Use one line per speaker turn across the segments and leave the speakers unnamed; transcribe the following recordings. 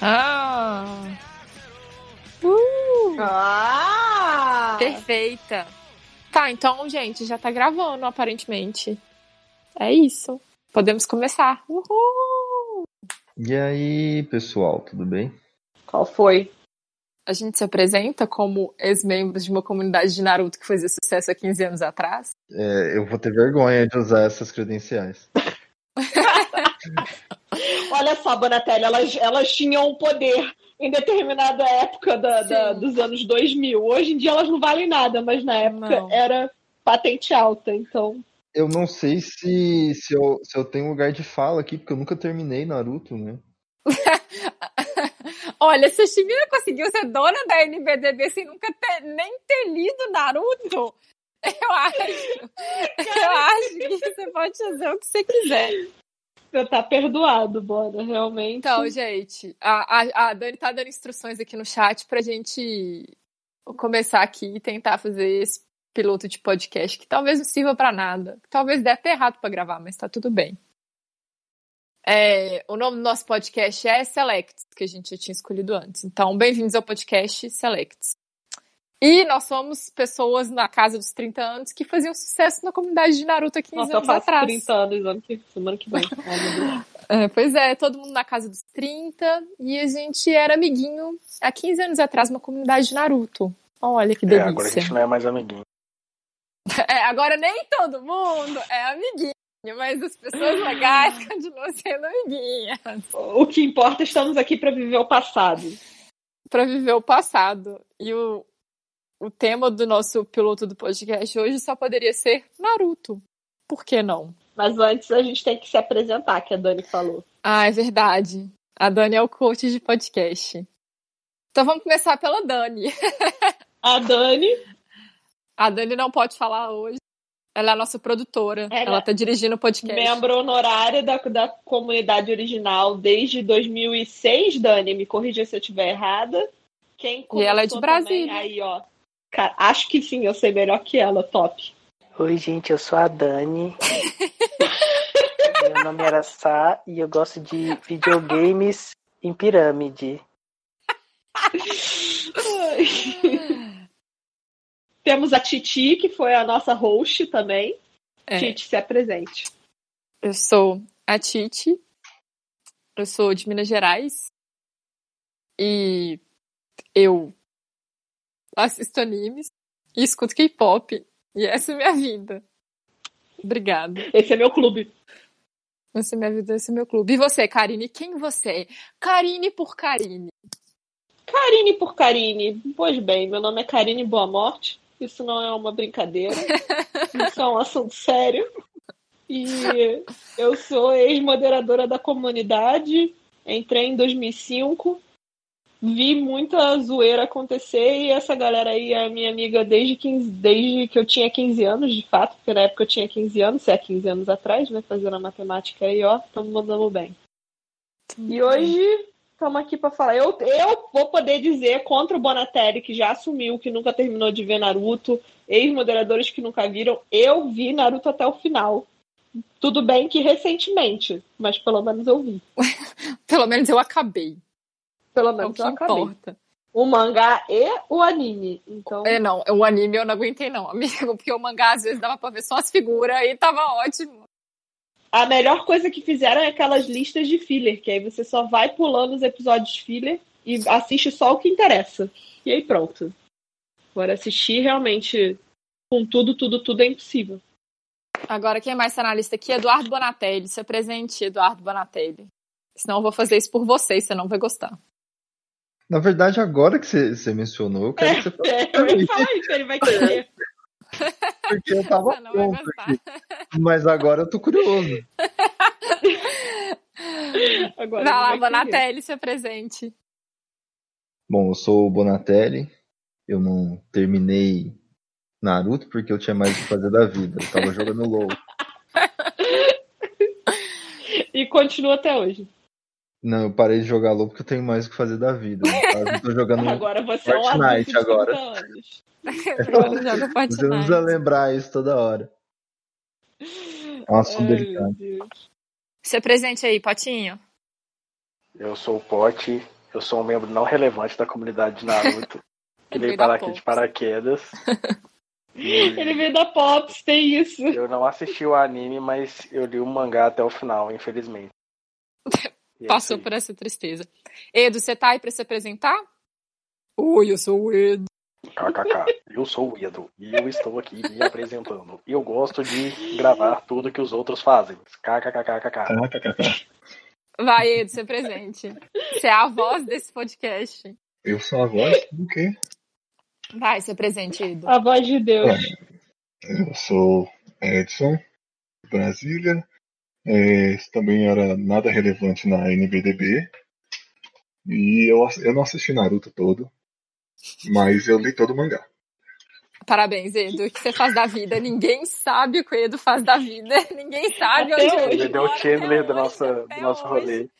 Ah.
Uh.
Ah!
Perfeita. Tá, então, gente, já tá gravando, aparentemente. É isso. Podemos começar. Uhul!
E aí, pessoal, tudo bem?
Qual foi?
A gente se apresenta como ex-membros de uma comunidade de Naruto que fazia sucesso há 15 anos atrás.
É, eu vou ter vergonha de usar essas credenciais.
Olha só, Bonatelli, elas, elas tinham um poder em determinada época da- da-
Sim.
dos anos 2000. Hoje em dia elas não valem nada, mas na época
Não.
era patente alta, então.
Eu não sei se, se, eu, se eu tenho lugar de fala aqui, porque eu nunca terminei Naruto, né?
Olha, se a Shimina conseguiu ser dona da NBDB sem nunca ter, nem ter lido Naruto, eu acho. Eu acho que você pode fazer o que você quiser.
Você tá perdoado, Bona, realmente.
Então, gente, a, a, a Dani tá dando instruções aqui no chat pra gente começar aqui e tentar fazer esse piloto de podcast que talvez não sirva pra nada. Talvez dê até errado pra gravar, mas tá tudo bem. É, o nome do nosso podcast é Selects, que a gente já tinha escolhido antes. Então, bem-vindos ao podcast Selects. E nós somos pessoas na casa dos 30 anos que faziam sucesso na comunidade de Naruto há 15
Nossa, eu
anos
faço
atrás.
30 anos ano que, semana que vem. Ai, meu Deus.
É, pois é, todo mundo na casa dos 30 e a gente era amiguinho há 15 anos atrás, uma comunidade de Naruto. Olha que
É,
delícia.
agora a gente não é mais amiguinho.
É, agora nem todo mundo é amiguinho, mas as pessoas legais continuam sendo amiguinhas.
o que importa, estamos aqui pra viver o passado.
Pra viver o passado. E o, o tema do nosso piloto do podcast hoje só poderia ser Naruto. Por que não?
Mas antes a gente tem que se apresentar, que a Dani falou.
Ah, é verdade. A Dani é o coach de podcast. Então vamos começar pela Dani.
A Dani
A Dani não pode falar hoje. Ela é a nossa produtora.
Ela- é
Ela tá dirigindo o podcast.
Membro honorária da, da comunidade original desde 2006, Dani, me corrija se eu estiver errada. Quem começou
ela é de Brasília.
Também, aí, ó. Cara, acho que sim, eu sei melhor que ela, top.
Oi, gente, eu sou a Dani. Meu nome era Sá e eu gosto de videogames em pirâmide.
Temos a Titi, que foi a nossa host também.
É.
Titi, se apresente.
Eu sou a Titi. Eu sou de Minas Gerais. E eu assisto animes e escuto K-pop. E essa é minha vida. Obrigada.
Esse é meu clube.
Essa é minha vida, esse é meu clube. E você, Karine? Quem você é? Karine por Karine.
Karine por Karine. Pois bem, meu nome é Karine Boa Morte. Isso não é uma brincadeira. Isso é um assunto sério. E eu sou ex-moderadora da comunidade. Entrei em 2005. Vi muita zoeira acontecer e essa galera aí é minha amiga desde, 15 desde que eu tinha 15 anos, de fato, porque na época eu tinha 15 anos, se é 15 anos atrás, né? Fazendo a matemática aí, ó, estamos mandando bem. E hoje estamos aqui para falar. Eu, eu vou poder dizer contra o Bonatelli, que já assumiu, que nunca terminou de ver Naruto, ex-moderadores que nunca viram, eu vi Naruto até o final. Tudo bem que recentemente, mas pelo menos eu vi.
Pelo menos eu acabei.
Pelo
É o
menos
que
eu acabei.
importa.
O mangá e o anime. Então,
É, não, o anime eu não aguentei, não, amigo, porque o mangá às vezes dava pra ver só as figuras e tava ótimo.
a melhor coisa que fizeram é aquelas listas de filler, que aí você só vai pulando os episódios filler e assiste só o que interessa. E aí pronto. Agora assistir realmente com tudo, tudo, tudo é impossível.
Agora, quem mais tá na lista aqui? Eduardo Bonatelli. Se apresente, Eduardo Bonatelli. Senão eu vou fazer isso por vocês, você não vai gostar.
Na verdade, agora que você você mencionou, eu quero que você fale,
É, eu ia falar isso, ele vai querer.
porque eu tava
Você É. não vai
pronto
gostar.
aqui. Mas agora eu tô curioso.
Vai
Agora ele
lá,
vai querer.
Bonatelli, se apresente.
Bom, eu sou o Bonatelli. Eu não terminei Naruto porque eu tinha mais o que fazer da vida. Eu tava jogando LOL.
E continua até hoje.
Não, eu parei de jogar LOL porque eu tenho mais o que fazer da vida. No caso, eu tô jogando.
Agora você é um adulto
Hum. Fortnite
de
agora.
30 anos.
Agora joga
Você não precisa
Fortnite.
lembrar isso toda hora. É um assunto
Ai,
delicado.
meu Deus.
Se apresente aí, Potinho.
Eu sou o Pote, Eu sou um membro não relevante da comunidade de Naruto. que
Ele veio
veio
da
para aqui de
Pops.
paraquedas. E
Ele veio da Pops, tem isso.
eu não assisti o anime, mas eu li o mangá até o final, infelizmente. E é
Passou
isso
por essa tristeza. Edu, você tá aí pra se apresentar? Oi, eu sou o Edu.
aí. KKK. Eu sou o Edo e eu estou aqui me apresentando. E eu gosto de gravar tudo que os outros fazem. KKKKK.
Vai, Edu, se apresente. Você é a voz desse podcast.
Eu sou a voz do quê?
Vai, se apresente, Edu.
A voz de
É.
Deus.
Eu sou Edson, de Brasília. É, também era nada relevante na NBDB. E eu, ass- eu não assisti Naruto todo, mas eu li todo o mangá.
Parabéns, Edu. O que você faz da vida? Ninguém sabe o que o Edu faz da vida. Ninguém sabe
Até
onde
hoje.
ele
Ele deu é o
mora
Chandler
até
do, nossa,
hoje, tá até
do nosso
hoje.
rolê.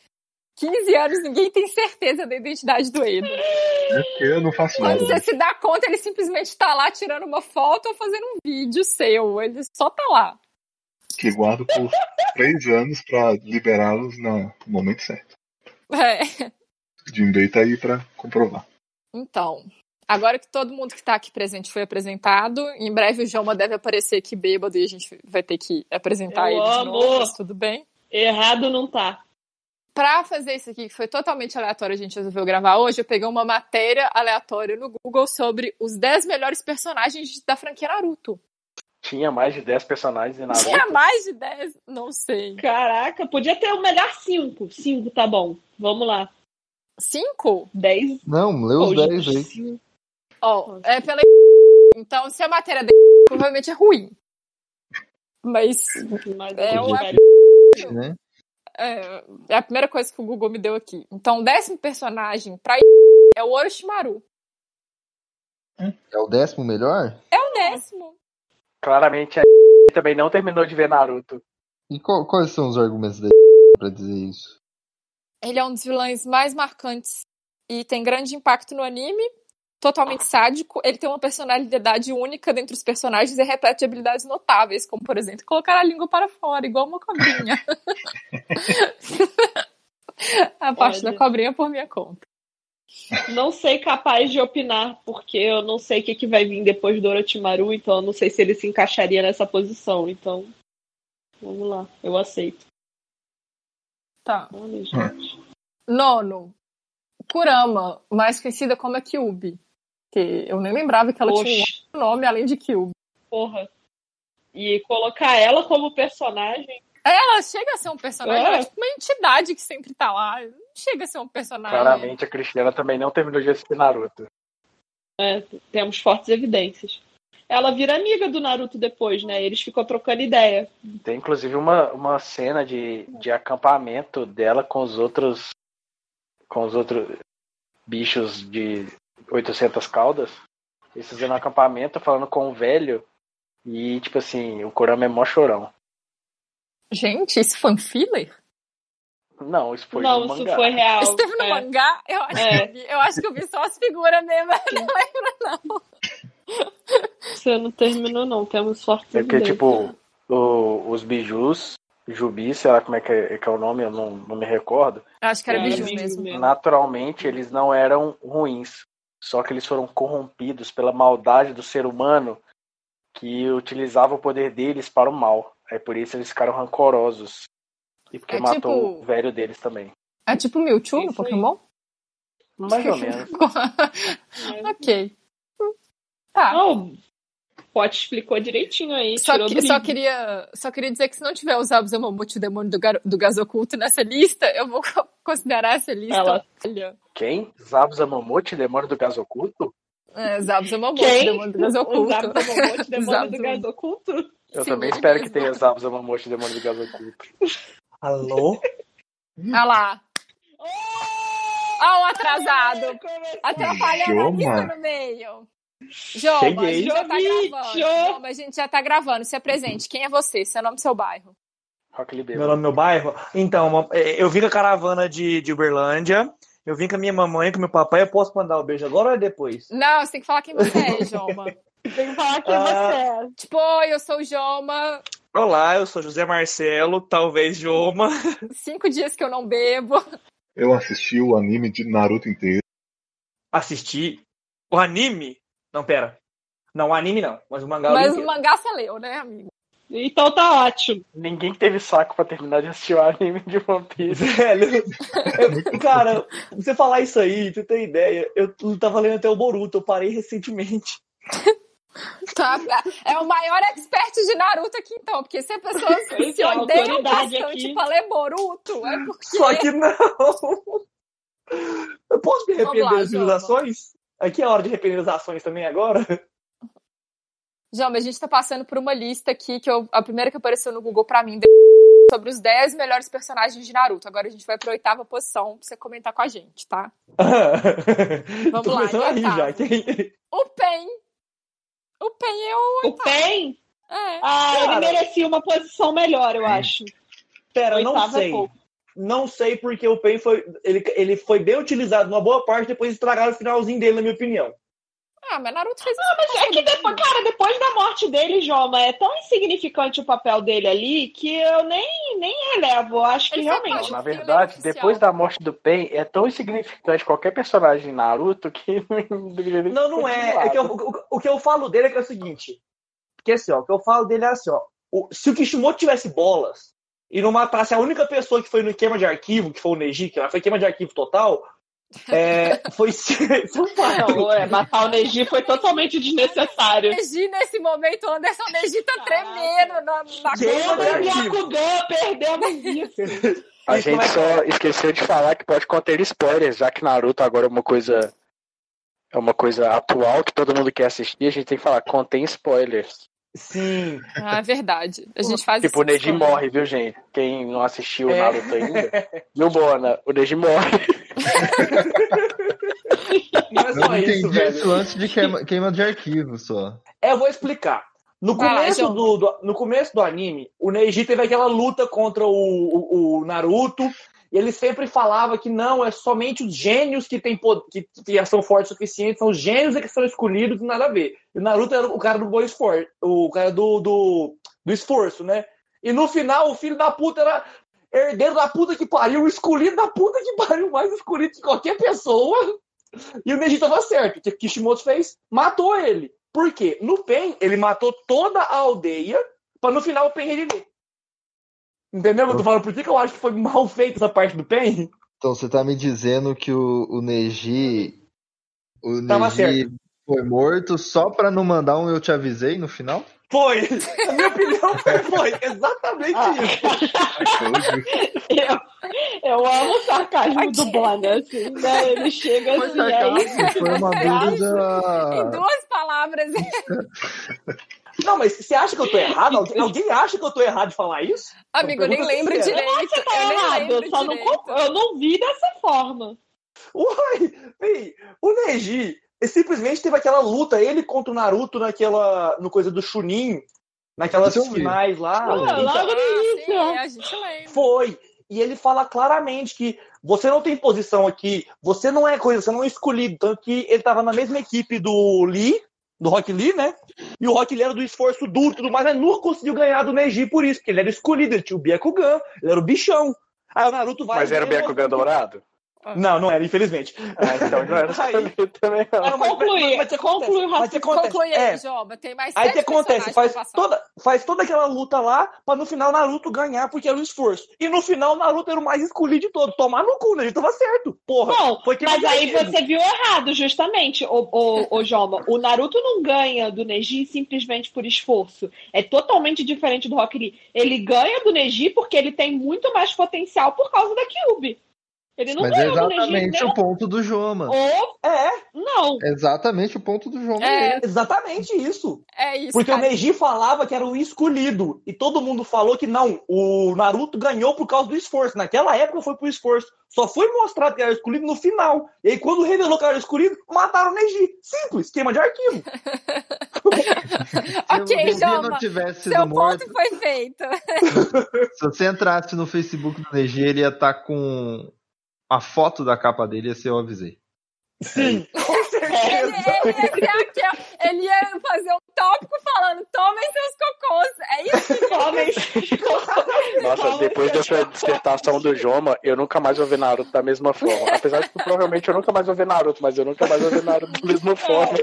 15 anos, ninguém tem certeza da identidade do Edu.
É porque eu não faço
Quando
nada. né?
você se dá conta, ele simplesmente tá lá tirando uma foto ou fazendo um vídeo seu. Ele só tá lá.
Que guardo por três anos pra liberá-los no momento certo.
É.
Jinbei tá aí pra comprovar.
Então, agora que todo mundo que tá aqui presente foi apresentado, em breve o Joma deve aparecer aqui bêbado e a gente vai ter que apresentar
Eu
ele de
amo.
novo, mas tudo bem.
Errado não tá.
Pra fazer isso aqui, que foi totalmente aleatório, a gente resolveu gravar hoje, eu peguei uma matéria aleatória no Google sobre os 10 melhores personagens da franquia Naruto.
Tinha mais de 10 personagens em
Tinha
Naruto.
mais de 10? Não sei.
Caraca, podia ter o melhor cinco. Cinco tá bom. Vamos lá.
Cinco?
Dez.
Não, leu
Ou
os 10 aí.
cinco.
Ó, é pela... Então, se a matéria da... provavelmente é ruim. Mas
Mas
É,
eu
o-
acho
Né?
É, é a primeira coisa que o Google me deu aqui. Então, o décimo personagem pra é o Orochimaru.
É o décimo melhor?
É o décimo.
Claramente a também não terminou de ver Naruto.
E qual- quais são os argumentos da pra dizer isso?
Ele é um dos vilões mais marcantes e tem grande impacto no anime. Totalmente sádico. Ele tem uma personalidade única dentre os personagens e é repleto de habilidades notáveis, como, por exemplo, colocar a língua para fora, igual uma cobrinha. a parte
Olha.
da cobrinha é por minha conta.
Não sei capaz de opinar, porque eu não sei o que, que vai vir depois do Orochimaru, então eu não sei se ele se encaixaria nessa posição. Então, vamos lá, eu aceito.
Tá.
Olha,
Hum.
gente.
Nono. Kurama, mais conhecida como a Kyubi. Que eu nem lembrava que ela tinha um
Poxa,
nome além de Cube.
porra. E colocar ela como personagem.
Ela chega a ser um personagem,
É.
ela é tipo uma entidade que sempre tá lá. Não chega a ser um personagem.
Claramente a Cristiana também não terminou de assistir Naruto.
temos fortes evidências. Ela vira amiga do Naruto depois, né? Eles ficam trocando ideia.
Tem inclusive uma, uma cena de, de acampamento dela com os outros com os outros bichos de 800 caudas. Eles fazendo um acampamento falando com o velho e tipo assim, o Kurama é mó chorão.
Gente, isso foi um filler?
Não, isso foi
não,
no
isso
mangá.
foi real.
isso teve no
é.
mangá? Eu acho,
É.
que eu, vi, eu acho que eu vi só as figuras mesmo.
Você não terminou, não. Temos fortes
É porque,
evidências.
tipo, o- os bijus, Jubi, sei lá como é que é, que é o nome, eu não, não me recordo.
Eu acho que era
É,
bichos
bicho
mesmo.
naturalmente eles não eram ruins, só que eles foram corrompidos pela maldade do ser humano que utilizava o poder deles para o mal. É por isso eles ficaram rancorosos. E porque
É
matou
tipo-
o velho deles também.
É tipo Mewtwo no
Isso aí.
Pokémon?
Mais ou menos.
ok. Tá.
Não, o Pote explicou direitinho aí.
Só,
tirou
que-
do
só
livro.
queria, só queria dizer que se não tiver o Zabuzamomote, o demônio do, gar- do gás oculto nessa lista, eu vou co- considerar essa lista.
Ela-
Olha,
Quem? Zabuza Momote, demônio do gás oculto?
é, Zabuzamomote,
Quem?
demônio do gás
O
oculto.
Zabuzamomote, demônio
Zabuzamomote.
do gás oculto.
Eu
Sim,
também
ele
espero que
mesmo.
tenha Zabuza Momote, demônio do gás oculto.
Alô?
Ah lá.
Oh!
Ó, o atrasado.
é
Atrapalhando a
Joma.
lista no meio. Joma, a gente já tá
Cheguei.
gravando.
Joma.
Joma, a gente já tá gravando. Se apresente. Quem é você? Seu nome e seu bairro.
Rock Lee
Meu nome, meu bairro? Então, uma- é, eu vim com a caravana de, de Uberlândia. Eu vim com a minha mamãe, com meu papai. Eu posso mandar o beijo agora ou é depois?
Não, você tem que falar quem você é, Joma.
Tem que falar que
Ah.
você é.
tipo, oi, eu sou o Joma.
Olá, eu sou José Marcelo, talvez Joma.
Cinco dias que eu não bebo.
Eu assisti o anime de Naruto inteiro.
Assisti o anime. Não, pera. Não, o anime não, mas o mangá. eu li
Mas o
inteiro.
mangá você leu, né, amigo?
Então tá ótimo.
Ninguém que teve saco pra terminar de assistir o anime de One Piece.
Velho, eu- cara, você falar isso aí, tu tem ideia. Eu tava lendo até o Boruto, eu parei recentemente.
Tá, tá. é o maior expert de Naruto aqui, então, porque se a pessoa
Pois
se
é,
odeia
autoridade
bastante
aqui.
pra ler Boruto, é porque
Só que não. Eu posso me arrepender
Vamos lá,
das minhas
Joma.
ações? Aqui é a hora de arrepender das ações também agora?
Jamba, a gente tá passando por uma lista aqui que eu- a primeira que apareceu no Google pra mim sobre os 10 melhores personagens de Naruto. Agora a gente vai pra oitava posição pra você comentar com a gente, tá?
Vamos Tô
lá,
começando a rir
então
já.
tá.
Quem-
O Pen. O Pen é o.
O Pen?
É.
Ah,
Cara.
ele merecia uma posição melhor, eu acho.
Pera, não
Oitava é
sei.
pouco.
Não sei porque o Pen foi. Ele, ele foi bem utilizado numa boa parte, depois estragaram o finalzinho dele, na minha opinião.
Ah, mas Naruto fez.
Mas é que depois, cara, depois da morte dele, Joma, é tão insignificante o papel dele ali que eu nem, nem relevo. Eu acho que
Ele foi
realmente.
Acho
Na
que ele é
verdade,
oficial.
depois da morte do Pain, é tão insignificante qualquer personagem em Naruto que.
Não, não é. é que eu- o, o que eu falo dele é, que é o seguinte. Porque assim, ó, o que eu falo dele é assim, ó. o- se o Kishimoto tivesse bolas e não matasse a única pessoa que foi no queima de arquivo, que foi o Neji, que foi queima de arquivo total, é, foi.
Não, é, matar o Neji foi totalmente desnecessário.
Neji nesse momento, o Anderson Neji tá
Ah,
tremendo na, na
Queima de
cama.
arquivo.
Yakugan, perdemos isso.
A
Isso,
gente
mas-
só esqueceu de falar que pode conter spoilers, já que Naruto agora é uma coisa. É uma coisa atual que todo mundo quer assistir, a gente tem que falar, contém spoilers.
Sim.
Ah, é verdade. A gente faz
Tipo, o Neji
escolha.
morre, viu, gente? Quem não assistiu o
É.
Naruto ainda, viu, Bona? O Neji morre.
Não é
Eu
só
não
isso,
entendi
velho.
isso antes de queima, queima de arquivo só.
É, eu vou explicar. No
Vai lá,
começo,
João.
do, do- no começo do anime, o Neji teve aquela luta contra o, o- o Naruto. E ele sempre falava que não, é somente os gênios que, tem, po- que, que são fortes o suficiente, são os gênios é que são escolhidos, nada a ver. E o Naruto era o cara do bom esforço, o cara do, do, do esforço, né? E no final, o filho da puta era herdeiro da puta que pariu, escolhido da puta que pariu, mais escolhido que qualquer pessoa. E o Neji tava certo. O que Kishimoto fez? Matou ele. Por quê? No Pen, ele matou toda a aldeia pra no final o Pen render. Entendeu o que eu tô falando? Por que, que eu acho que foi mal feito essa parte do Pen?
Então você tá me dizendo que o, o Neji. O
Tava
Neji foi morto só pra não mandar um eu te avisei no final?
Foi! Na minha opinião, foi, foi. Exatamente
Ah.
isso.
Eu, eu amo o sarcasmo
Aqui.
do Bona, assim, né? Ele chega assim, é isso.
foi uma
Em
dúvida.
duas palavras.
Não, mas você acha que eu tô errado? Algu- Alguém acha que eu tô errado de falar isso?
Amigo, eu nem
pergunta
lembro
é.
sincera.
direito.
Você tá
eu nem
errado,
lembro
eu só não,
direito.
comp- eu não vi dessa forma.
Uai, véi, o Neji ele simplesmente teve aquela luta, ele contra o Naruto naquela. no coisa do Chunin, naquelas
Isso eu vi.
finais lá.
Ah,
Então,
logo
Ah,
no
sim,
início.
a gente lembra.
Foi. E ele fala claramente que você não tem posição aqui, você não é coisa, você não é escolhido. Tanto que ele tava na mesma equipe do Lee, do Rock Lee, né? E o Rock Lee era do esforço duro e tudo mais, mas nunca conseguiu ganhar do Neji por isso, porque ele era escolhido, ele tinha o Byakugan, ele era o bichão. Aí o Naruto vai.
Mas era o
e ele-
Byakugan dourado?
Não, não era, infelizmente.
Ah, então não era
assim, Aí-
escolhido também, não.
Não, mas-
Conclui,
mas- mas
conclui o
mas
raciocínio.
acontece-
Conclui
é,
aí, Joba. Tem mais
Aí o
sete
que acontece?
personagens
Faz
pra passar.
toda, faz toda aquela luta lá pra no final Naruto ganhar porque era o esforço. E no final Naruto era o mais escolhido de todos. Tomar no cu, né? Ele tava certo. Porra.
Não,
foi que
mas
eu
aí
ganhei.
você viu errado, justamente, o, o, Joma. O Naruto não ganha do Neji simplesmente por esforço. É totalmente diferente do Rock Lee. Ele ganha do Neji porque ele tem muito mais potencial por causa da Cube. Ele não
Mas é
ganhou do Neji.
exatamente
nem-
o ponto do Joma.
Ou
É,
não.
É Exatamente o ponto do Joma.
É,
exatamente isso.
é isso.
Porque o
cara.
Neji falava que era o escolhido. E todo mundo falou que não. O Naruto ganhou por causa do esforço. Naquela época foi pro esforço. Só foi mostrado que era o escolhido no final. E aí, quando revelou que era o escolhido, mataram o Neji. Simples, esquema de arquivo.
Se o
ok,
Neji
Joma.
não tivesse
Seu
sido morto,
ponto foi feito.
se você entrasse no Facebook do Neji, ele ia tá estar com a foto da capa dele, ia ser eu avisei.
Sim, com certeza.
ele ia ser aquele. Ele ia fazer um tópico falando: tomem seus cocôs. É isso?
Homens.
Nossa, depois dessa dissertação do Joma, eu nunca mais vou ver Naruto da mesma forma. Apesar de que provavelmente eu nunca mais vou ver Naruto, mas eu nunca mais vou ver Naruto da mesma forma.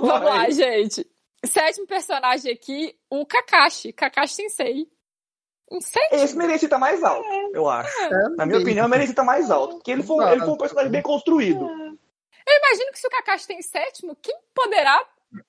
Vamos lá, gente. Sétimo personagem aqui, o Kakashi. Kakashi Sensei. Um Sensei?
Esse merecia estar mais alto, eu acho. Na minha opinião, merecia estar mais alto. Porque ele foi, ele foi um personagem bem construído.
Eu imagino que se o Kakashi tem sétimo, quem poderá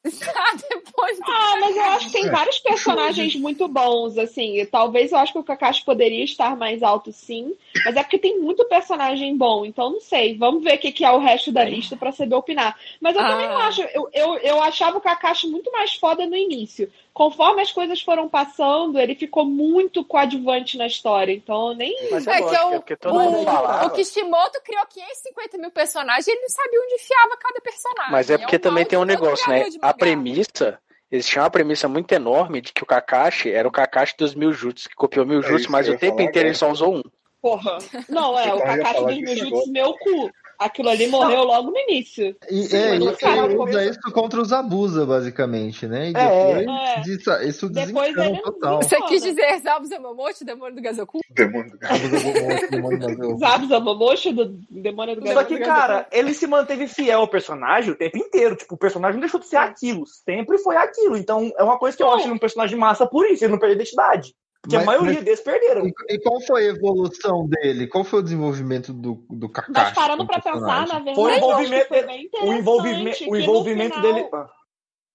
estar depois do
Ah, mas eu acho que
É,
tem vários personagens muito bons, assim. E talvez eu acho que o Kakashi poderia estar mais alto, sim. Mas é porque tem muito personagem bom, então não sei. Vamos ver o que, que é o resto da lista pra saber opinar. Mas eu também
Ah.
não acho. Eu, eu, eu achava o Kakashi muito mais foda no início. Conforme as coisas foram passando, ele ficou muito coadjuvante na história. Então eu nem.
Mas é,
É que
lógico,
eu-
é porque todo mundo
o-
falava.
O Kishimoto criou 550 mil personagens ele não sabia onde enfiava cada personagem.
Mas é porque
um
também
mal
tem um
de todo
negócio, né?
criador de
A
mangá.
premissa, eles tinham uma premissa muito enorme de que o Kakashi era o Kakashi dos mil jutsu, É que copiou mil jutsu,
isso que
mas
eu
o
ia
tempo
falar
inteiro
agora.
ele só usou um.
Porra. Não, é,
Eu
o
tava ia
Kakashi
falar
dos
disso
Jujutsu, meu cu. Aquilo ali morreu logo no início.
E, é,
mas
e
no final,
ele
no
usa
começo-
isso contra os abusa, basicamente, né? E
É,
depois
é.
disso, isso
Depois
desencana
ele não
total.
Você quis
Foda.
dizer Zabuza Momote, demônio do Gazoku?
Demônio do gato.
Abusa do monte, demônio, mas eu-
Zabuza Momoshi do Demônio do
Só
Garoto.
que, cara, ele se manteve fiel ao personagem o tempo inteiro. Tipo, o personagem não deixou de ser aquilo. Sempre foi aquilo. Então, é uma coisa que eu acho ele um personagem massa por isso. Ele não perdeu a identidade. Porque
Mas-
a maioria deles perderam.
E, e qual foi a evolução dele? Qual foi o desenvolvimento do, do Kakashi?
Mas parando
como
pra pensar, né?
personagem?
na verdade,
Foi o
eu acho que
envolvimento-
foi bem
O,
interessante
envolvime-
que
o
no
envolvimento
final-
dele. Ah,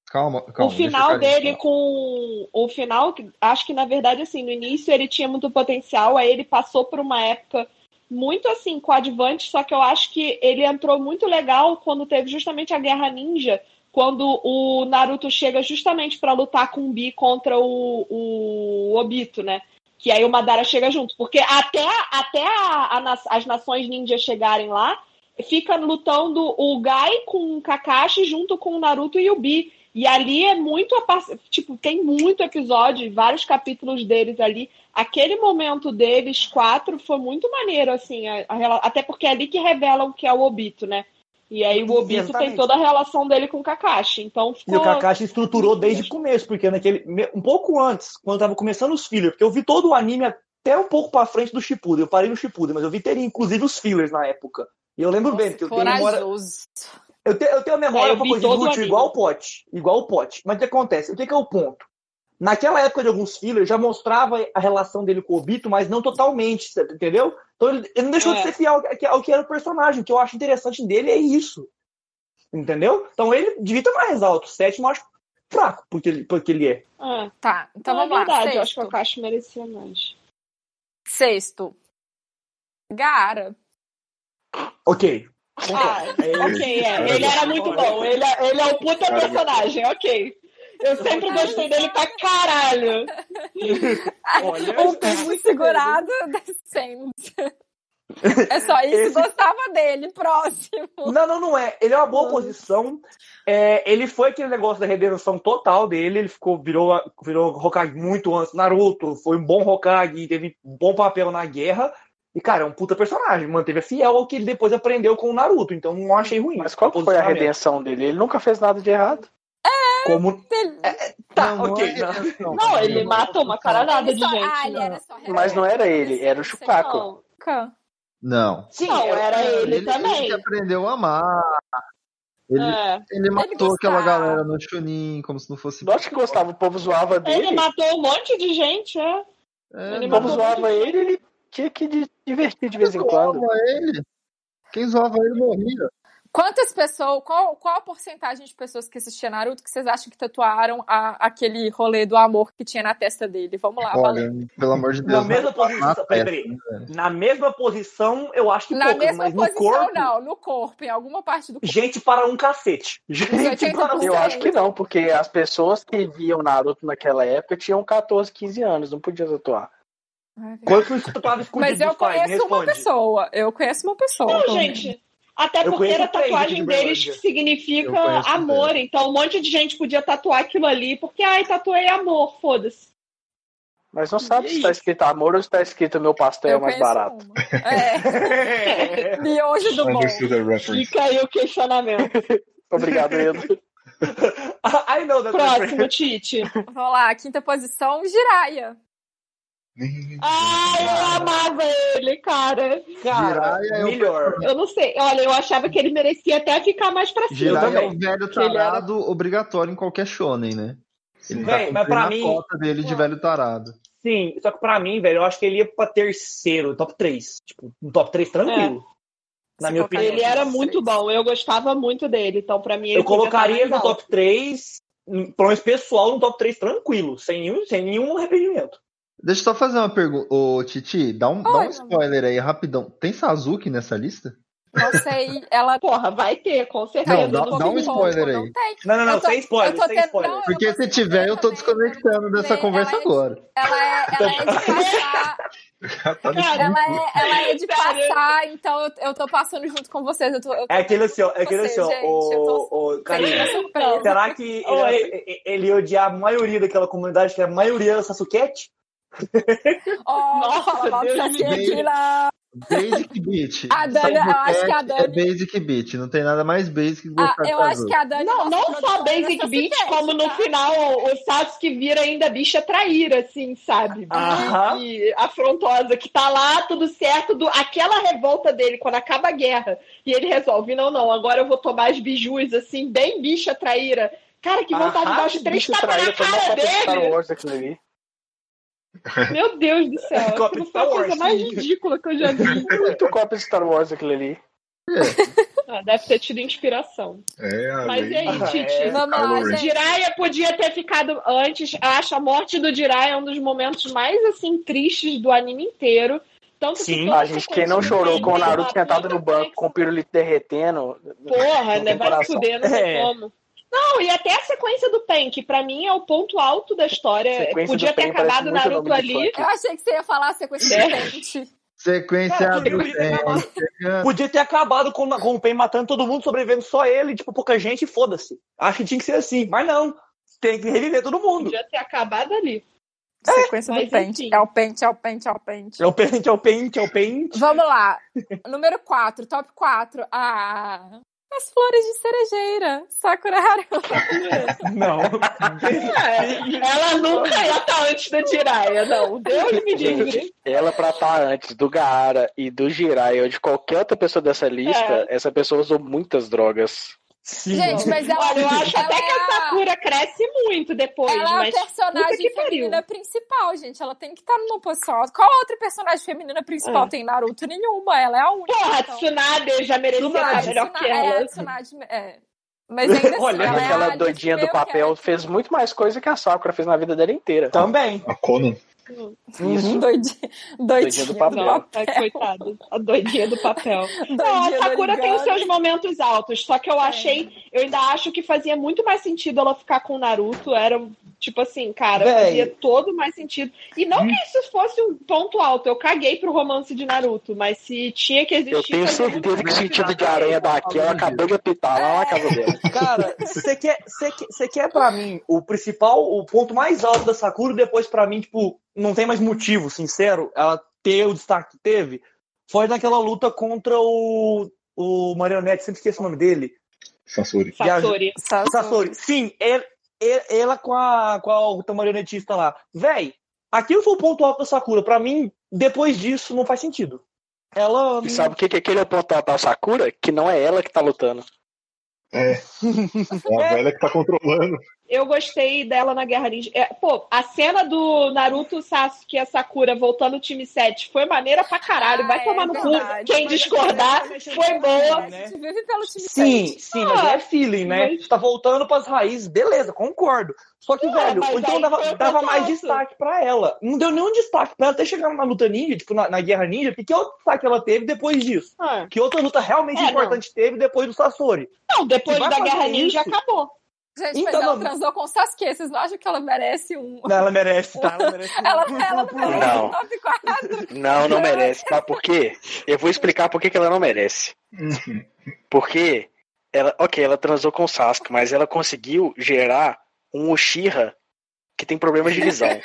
Calma,
O
calma. deixa eu
final
carinhar.
dele com. O final, que- acho que na verdade, assim, no início ele tinha muito potencial, aí ele passou por uma época muito assim, coadjuvante, só que eu acho que ele entrou muito legal quando teve justamente a Guerra Ninja, quando o Naruto chega justamente pra lutar com o Bi contra o, o Obito, né? Que aí o Madara chega junto. Porque até, até a- a na- as nações ninjas chegarem lá, fica lutando o Gai com o Kakashi junto com o Naruto e o Bi. E ali é muito. a par- Tipo, tem muito episódio, vários capítulos deles ali. Aquele momento deles, quatro, foi muito maneiro, assim. a- a rela- até porque é ali que revelam que é o Obito, né? E aí o Obito
Exatamente.
tem toda a relação dele com o Kakashi. Então
E o
ficou.
Kakashi estruturou desde o começo, porque naquele. me- Um pouco antes, quando tava começando os fillers, porque eu vi todo o anime até um pouco pra frente do Shippuden. Eu parei no Shippuden, mas eu vi ter inclusive os fillers na época. E eu lembro bem, porque eu tenho memória.
Corajoso.
Eu, te- eu tenho a memória
É, eu
pra
vi
coisa
todo o
inútil
anime.
igual o pote. Igual o pote. Mas o que acontece? O que, que é o ponto? Naquela época de alguns fillers, já mostrava a relação dele com o Obito, mas não totalmente, cê- entendeu? Então ele, ele não deixou
É.
de ser fiel ao, que- ao que era o personagem. O que eu acho interessante dele é isso. Entendeu? Então ele devia estar mais alto. Sétimo, eu acho fraco porque ele, porque ele é.
Ah,
Tá, então
não, é
vamos lá.
verdade,
Sexto.
eu acho que o Kakashi merecia mais.
Sexto. Gaara.
Ok.
Ah, ok, é. Ele era muito bom. Ele é, ele é um puta
Cara,
personagem, ok. Eu sempre gostei dele pra caralho.
Olha,
Um
É
peso segurado descendo. É só isso,
Esse-
gostava dele. Próximo.
Não, não, não é. Ele é uma
Uhum.
boa posição. É, ele foi aquele negócio da redenção total dele. Ele ficou, virou, virou Hokage muito antes. do Naruto foi um bom Hokage, teve um bom papel na guerra. E, cara, é um puta personagem. Manteve fiel ao que ele depois aprendeu com o Naruto. Então, não achei ruim.
Mas qual que foi a
Posicionamento.
redenção dele? Ele nunca fez nada de errado.
Como...
Ele-
Tá,
Não, não
ok.
é
não.
redenção,
Não,
cara,
ele
não é
mata uma caralhada de
ele só-
gente.
Ah, ele
né?
era só
Mas não era ele, era o Shukaku.
Não,
Nunca.
Não.
Sim,
não,
é-
era ele,
Ele, ele
também.
que aprendeu a amar. Ele,
É.
ele matou
gostava.
aquela galera no Chunin, como se não fosse.
Lógico que gostava, o povo zoava
Ele
dele.
matou um monte de gente, é.
É,
ele
não.
O
matou
povo zoava
muito.
ele, ele tinha que de- divertir de
Quem
vez em quando.
zoava é ele? Quem zoava ele morria.
Quantas pessoas, qual, qual a porcentagem de pessoas que assistiam Naruto que vocês acham que tatuaram a- aquele rolê do amor que tinha na testa dele? Vamos lá,
Olha,
valendo.
pelo amor
é
de
Na
Deus.
mesma
na
posição. assim, Peraí,
testa,
peraí.
né, velho?
Na mesma posição, eu acho que
Na
poucas,
mesma
mas no
posição,
corpo,
não, no corpo, em alguma parte do corpo.
gente para um cacete. Gente para um
80%.
Eu acho que não, porque as pessoas que viam Naruto naquela época tinham 14, 15 anos, não podiam atuar.
Quanto isso tu tava escondido
Mas eu
dos pais? Me
conheço uma
responde.
pessoa. Eu conheço uma pessoa.
Não,
pelo menos.
gente. Até
Eu
porque
conheço
era a
três
tatuagem
de
deles
Berlândia.
que
Eu
significa
conheço
amor. Então um monte de gente podia tatuar aquilo ali, porque, ai, tatuei amor, foda-se.
Mas não sabe se está escrito amor ou se está escrito meu pastel é
Eu
mais
conheço
barato.
uma. É, miojo do bom.
É
Understood the reference.
Fica aí o questionamento.
Obrigado, Edu.
I know that
Próximo, Tite.
Vamos lá, quinta posição, Jiraya.
Ai, eu amava ele, cara.
Cara,
Jiraiya é o
melhor.
Eu não sei. Olha, eu achava que ele merecia até ficar mais pra cima.
Jiraiya é
também.
um velho
Que ele era-
tarado obrigatório em qualquer shonen, né? Ele
Véi,
tá
mas pra
cumprindo a
mim-
cota dele de velho tarado.
Sim, só que pra mim, velho, eu acho que ele ia pra terceiro, top 3. Tipo, um top 3 tranquilo. Na
Se
minha
colocar
opinião.
Ele era muito
Três.
bom, eu gostava muito dele. Então, pra mim, ele
Eu colocaria
podia
ele
estar mais
no
alto.
top 3, pelo menos pessoal, no top 3 tranquilo, sem nenhum, sem nenhum arrependimento.
Deixa eu só fazer uma pergunta. Ô, Titi, dá um, dá um
Olha.
spoiler aí, rapidão. Tem Sazuki nessa lista?
Não sei, ela
Porra, vai ter, com certeza.
caiu
Não, dá-
no
dá um
pouco
spoiler
pouco,
aí.
Não tem.
Não, não, não,
Eu tô-
sem spoiler,
eu tô
sem
tendo-
spoiler.
não, eu
Porque
não
se
consigo
tiver,
ver
eu tô
também, né? não
desconectando
consigo
dessa
ver.
conversa
Ela é-
agora.
Ela é, ela é de passar.
tá no cu.
Ela é, ela é de
Sério?
passar, então eu, eu tô passando junto com vocês. Eu tô, eu tô
É aquele assim, ó, é aquele
vocês,
assim, ó,
gente, eu tô
ô, ô, Karina.
sempre surpresa.
Será que ele,
Oi.
ele ia odiar a maioria daquela comunidade, que é a maioria era Sasuquete?
Oh, não
Nossa,
fala mal do
Deus me
Sasuke aqui,
livre.
não.
Basic Beat.
A Dani, eu acho que a
É
Dani.
basic beat, não tem nada mais basic que
a-
gostar de
eu acho
Sazuki.
que a Dani.
Não,
nossa
não só
produtora,
Basic
Sasuke,
Beat, como no
tá?
final o Sasuke vira ainda bicha traíra, assim, sabe?
Aham.
E afrontosa, que tá lá, tudo certo, do, aquela revolta dele, quando acaba a guerra, e ele resolve, não, não, agora eu vou tomar as bijus, assim, bem bicha traíra. Cara, que vontade de dar os
Bicho
três tapas tá na
traíra, foi
um
uma
cara
cópia de Star
dele!
Wars aquilo ali.
Meu Deus do céu, aquilo
Cópia de
foi a
Star
coisa
Wars.
mais ridícula que eu já vi.
Muito cópia de Star Wars aquilo ali.
Ah, deve ter tido inspiração.
É
Tá
a
Mas e
lei.
aí,
Ah,
Titi?
é.
Vamos
Kylo
lá,
Ren.
gente.
Jiraiya podia ter ficado antes. Acho a morte do Jiraiya é um dos momentos mais assim tristes do anime inteiro. Tanto
Sim.
que toda
A Ah, gente, quem não
sequência
chorou com o
dele é
Naruto
uma
sentado no
puta
banco com o pirulito derretendo.
Porra, né?
não tem
Vai se
coração.
fuder, não tem
É.
como. Não, e até a sequência do Pen, que pra mim é o ponto alto da história.
Sequência
Podia
do
ter
Pen parece
acabado o
muito
Naruto
nome de
ali.
funk.
Eu achei que você ia falar a sequência
Né?
de frente.
Sequência
É,
Cara,
do
podia ter acabado. Podia ter acabado com, com o Pain matando todo mundo, sobrevivendo só ele, tipo, pouca gente, e foda-se. Acho que tinha que ser assim, mas não. Tem que reviver todo mundo.
Podia ter acabado ali.
Sequência
mas
do pente.
enfim.
É o pente, é o pente, é o pente.
É o pente, é o pente, é o pente.
Vamos lá. Número 4, top 4. Ah, as flores de cerejeira. Sakura Haruhi.
Não.
É, ela nunca ia estar antes da Jiraiya, não. Deus me livre.
Gente, ela pra estar antes do Gaara e do Jiraiya ou de qualquer outra pessoa dessa lista, essa pessoa usou muitas drogas.
Sim.
Gente, mas ela,
Olha, eu acho
ela
até que
é
a
a-
Sakura cresce muito depois,
Ela é a
mas puta
personagem
que pariu.
feminina principal, gente. Ela tem que tá estar numa posição alta. Qual outra personagem feminina principal
É.
tem em Naruto? Nenhuma. Ela é a única.
Porra, a
então.
Tsunade já merecia
A
estar
Tsunade,
melhor que
Tsunade- é,
ela.
a Tsunade. É. Mas ainda assim,
Olha,
ela é
Aquela
a
doidinha do
Nesbeu, que
papel
ela-
fez muito mais coisa que a Sakura fez na vida dela inteira.
Também.
A Conan.
Isso.
Doidinha,
Doidinha do papel.
papel.
Ai, coitada. A doidinha do papel. Não, a
Doidinha do É.
Sakura tem os
origami.
seus momentos altos, só que eu achei, eu ainda acho que fazia muito mais sentido ela ficar com o Naruto. Era, tipo assim, cara,
Véi.
fazia todo mais sentido. E não que isso fosse um ponto alto, eu caguei pro romance de Naruto, mas se tinha que existir.
Eu tenho
fazia
certeza que o
muito mais
sentido de
sentido.
aranha daquela acabou de apitar lá na casa dela.
É.
Cara, você quer, você quer, você quer pra mim o principal, o ponto mais alto da Sakura, depois pra mim, tipo, não tem mais motivo, sincero, ela ter o destaque que teve, foi naquela luta contra o, o marionete, sempre esqueço o nome dele.
Sasori.
Sasori.
Sasori.
Sasori. Sim, ele- ele- ela com a, com a outra marionetista lá. Véi, aquilo foi o ponto alto da Sakura. Pra mim, depois disso, não faz sentido. Ela.
E sabe o que, que aquele é ponto alto da Sakura? Que não é ela que tá lutando.
É. É a velha que tá controlando.
Eu gostei dela na Guerra Ninja. É, pô, a cena do Naruto, Sasuke e a Sakura voltando ao time 7 foi maneira pra caralho.
Ah,
Vai
é
tomar no cu.
verdade.
Quem
Mas
discordar foi boa.
né?
né? Ah,
A gente vive pelo time
né? Sim,
sete.
sim, mas é feeling, né?
mas-
Tá voltando pras raízes, beleza, concordo. Só que,
Ah,
velho,
mas
então
aí foi
dava,
o
dava
ponto
mais
alto.
destaque pra ela. Não deu nenhum destaque pra ela ter chegado na luta ninja, tipo, na, na guerra ninja, porque que outro destaque ela teve depois disso?
Ah.
Que outra luta realmente
É,
importante teve depois do Sasori?
Não, depois
Se vai
da
fazer
Guerra Ninja
isso-
acabou.
Gente,
Então,
mas ela
não-
transou com o Sasuke. Vocês não acham que ela merece um...
Não, ela merece, tá? Ela merece.
Ela, ela não merece
Não.
um top 4.
Não, não merece. Sabe por quê? Eu vou explicar por que, que ela não merece. Porque ela, ok, ela transou com o Sasuke, mas ela conseguiu gerar um Uchiha que tem problema de visão.
Ai,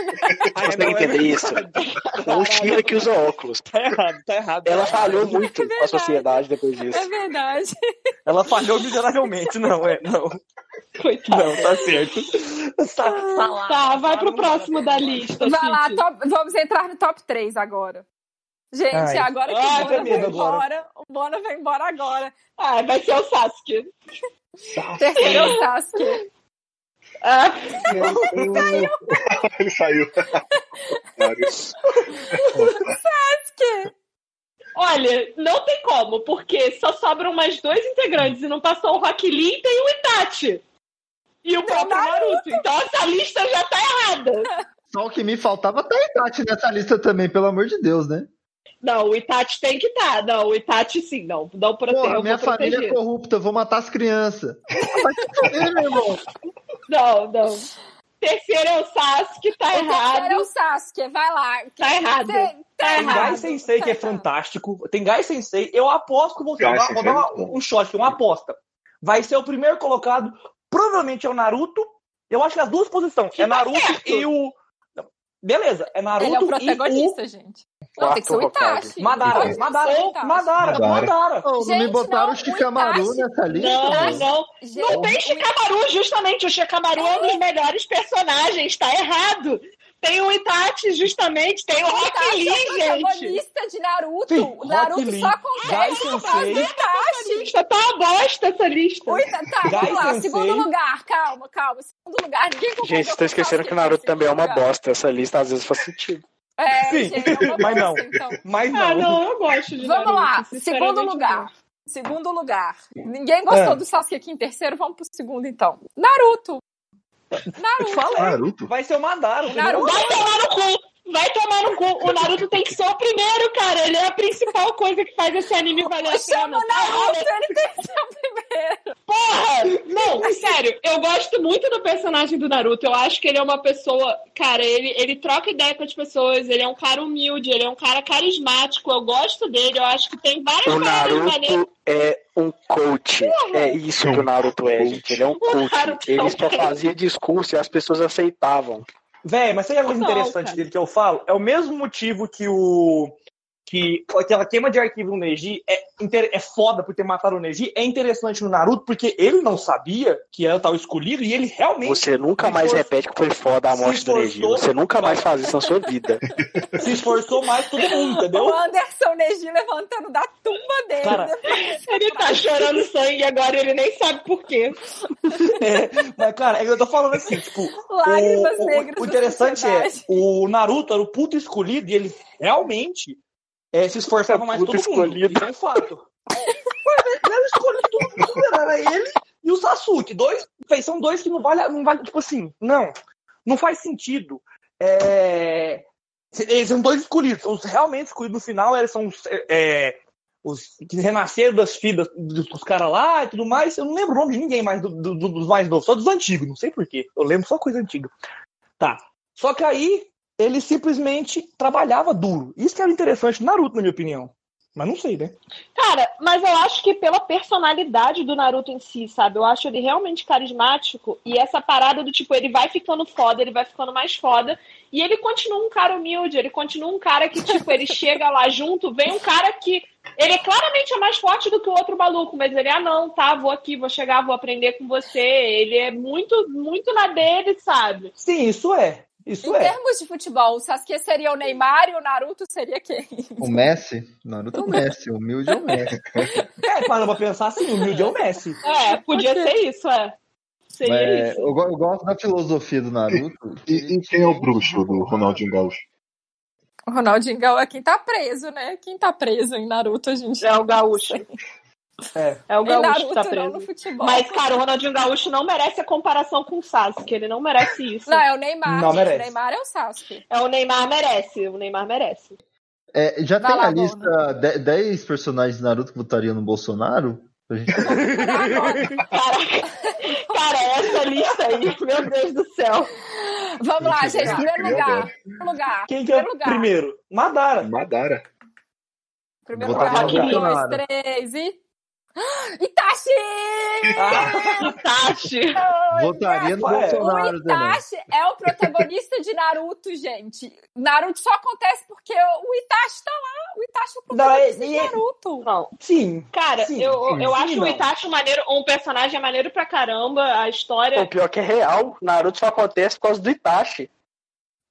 Consegue
não, é
entender isso?
verdade.
Não tira que usa óculos.
Tá errado, tá errado.
Ela falhou muito com a
É verdade.
sociedade depois
É
disso.
verdade.
Ela falhou miseravelmente, não, é, não.
Coitado.
Não, tá certo. Tá, tá lá,
Tá, vai
não
pro próximo da
agora.
lista.
Vai lá, tá.
Titi.
top- vamos entrar no top 3 agora. Gente,
Ai.
agora que
Ai,
o Bona
tem medo
vai
agora.
embora, o Bona vai embora agora.
Ah, vai ser o Sasuke.
Terceiro é o Sasuke.
Ah,
Ele saiu. Otário.
Que?
olha, não tem como, porque só sobram mais dois integrantes e não passou o Rock Lee e tem o Itachi. E o próprio Naruto. Então essa lista já tá errada.
Só o que me faltava tá a Tati nessa lista também, pelo amor de Deus, né?
Não, o Itachi tem que estar. Não, o Itachi sim, não. Não prote...
Porra,
eu
minha
vou
família
proteger.
é corrupta, eu vou matar as crianças. Vai se foder, meu irmão.
Não, não. Terceiro é o Sasuke, tá
O terceiro é
errado.
o Sasuke. Vai lá.
Tá errado.
Cê- Tá
Tem Gai
errado.
Sensei que é
Tá errado.
fantástico. Tem Gai Sensei. Eu aposto com você.
Gai
Vou, vou
Sensei
dar
é
uma-
bom.
um shot, uma aposta. Vai ser o primeiro colocado. Provavelmente é o Naruto. Eu acho que as duas posições. é Naruto
certo.
e o. não, Beleza, é Naruto
tá Ele é o
e o.
protagonista, é gente. Não, tem que ser o
Quarto colocado.
Itachi.
Madara,
Pode ser
Madara,
o
Madara,
Itachi.
Madara,
Madara. Não me
Gente,
botaram
não,
o Chicamaru
o Itachi-
nessa lista?
Não,
velho?
não. Não
Gente,
tem Shikamaru, justamente. O Shikamaru é um dos melhores personagens, tá errado. Tem o Itachi, justamente. Tem o
O
Rock
Itachi é o
Lee, gente.
protagonista de Naruto.
Sim,
o Naruto
Rock
só
Lee. Gai
consegue
Sensei.
fazer Itachi.
Lista tá uma bosta essa lista.
O Ita... Tá,
Gai
vamos lá.
Sensei.
Segundo lugar. Calma, calma. Segundo lugar. Ninguém concordou
Gente, vocês
com
estão esquecendo
Sasuke
que o Naruto
em
também é uma
segundo lugar.
bosta. Essa lista às vezes faz sentido.
É,
Sim,
gente, é uma
mas
bosta,
não.
então.
Mas não.
Ah, não, eu gosto de
Vamos lá,
Naruto,
segundo
sinceramente,
lugar. Segundo lugar. Ninguém gostou
É.
do Sasuke aqui em terceiro, vamos pro segundo então. Naruto. Naruto.
Fala aí.
Naruto?
Vai ser o Madara. o primeiro
Naruto.
não. Vai tomar no cu! Vai tomar no cu! O Naruto tem que ser o primeiro, cara. Ele é a principal coisa que faz esse anime valer a
Chama
pena.
o Naruto, ele tem que ser o primeiro.
Porra! É, Não, sério, eu gosto muito do personagem do Naruto. Eu acho que ele é uma pessoa. Cara, ele, ele troca ideia com as pessoas, ele é um cara humilde, ele é um cara carismático. Eu gosto dele, eu acho que tem várias
O
paradas maneiras.
Naruto é um coach. É isso que o Naruto é, gente. Ele é um coach. Ele só fazia discurso e as pessoas aceitavam.
Véi, mas sabe a coisa
Não,
interessante
cara.
dele que eu falo? É o mesmo motivo que o. Que aquela queima de arquivo no Neji é, inter- é foda por ter matado o Neji, é interessante no Naruto, porque ele não sabia que era o tal escolhido e ele realmente
Você nunca
se
mais
esfor-
repete que foi foda a
se
morte do Neji.
esforçou-
Você nunca mais faz isso na sua vida.
se esforçou mais que todo mundo,
O
entendeu?
Anderson Neji levantando da tumba dele. né,
Cara,
Ele tá chorando sangue agora, ele nem sabe por quê.
É, mas, cara, é que eu tô falando assim, tipo,
Lágrimas
o, o-
negras
O
da
interessante é,
sociedade.
o Naruto era o puto escolhido e ele realmente é, se esforçava mais que todo
Puto
mundo.
escolhido.
Isso é um fato. Mas ele era o escolhido, todo mundo era ele e o Sasuke. Dois, véi, são dois que não vale, não vale, tipo assim, não, não faz sentido. É, eles são dois escolhidos, são os realmente escolhidos no final, eles são os, é, os que renasceram das filhas dos, dos caras lá e tudo mais. Eu não lembro o nome de ninguém mais do- do- do- dos mais novos, só dos antigos, não sei porquê. Eu lembro só coisa antiga. Tá. Só que aí ele simplesmente trabalhava duro. Isso que era interessante, Naruto, na minha opinião. Mas não sei, né?
Cara, mas eu acho que pela personalidade do Naruto em si, sabe? Eu acho ele realmente carismático e essa parada do tipo, ele vai ficando foda, ele vai ficando mais foda e ele continua um cara humilde, ele continua um cara que, tipo, ele chega lá junto, vem um cara que. Ele é claramente é mais forte do que o outro maluco, mas ele, ah, não, tá, vou aqui, vou chegar, vou aprender com você. Ele é muito, muito na dele, sabe?
Sim, isso é. Isso
Em
é.
termos de futebol, o Sasuke seria o Neymar e o Naruto seria quem?
O Messi? Naruto é o Messi, o humilde é o Messi.
É, para pra pensar assim, o humilde é o Messi.
É, podia ser isso, é. Seria
Mas
isso.
eu, go- eu gosto da filosofia do Naruto. que
E, e
ele
quem é o
tinha
bruxo
um
do Ronaldinho Gaúcho?
O Ronaldinho Gaúcho é quem tá preso, né? Quem tá preso em Naruto, a gente.
É o gaúcho.
É.
É o
Em
gaúcho
Naruto,
que tá
não
preso.
no futebol.
Mas, cara, o Ronaldinho Gaúcho não merece a comparação com o Sasuke. Ele não merece isso.
Não, é o Neymar.
Não
gente.
merece.
O Neymar é o Sasuke.
É o Neymar merece. O Neymar merece.
É, já
Vai
tem
lá,
na lista de- 10 personagens de Naruto que votariam no Bolsonaro? A gente
Caraca. Cara, é essa lista aí, meu Deus do céu.
Vamos lá,
Gente,
gente.
eu
Primeiro
queria
lugar.
agora.
Primeiro lugar.
Quem que é o
Primeiro lugar.
primeiro? Madara.
Madara.
Primeiro
Vou
lugar.
votar
Um, dois,
no
Bolsonaro.
três e. Itachi!
Ah,
Itachi!
Votaria no
é.
Bolsonaro
o
também.
Itachi é o protagonista de Naruto, gente. Naruto só acontece porque o Itachi tá lá. O Itachi é o
Não, é-
protagonista de
e é-
Naruto.
Não.
Sim.
Cara,
Sim,
eu,
sim,
eu
sim,
acho
não.
o Itachi maneiro, um personagem maneiro pra caramba, a
O
história.
pior que é real, Naruto só acontece por causa do Itachi.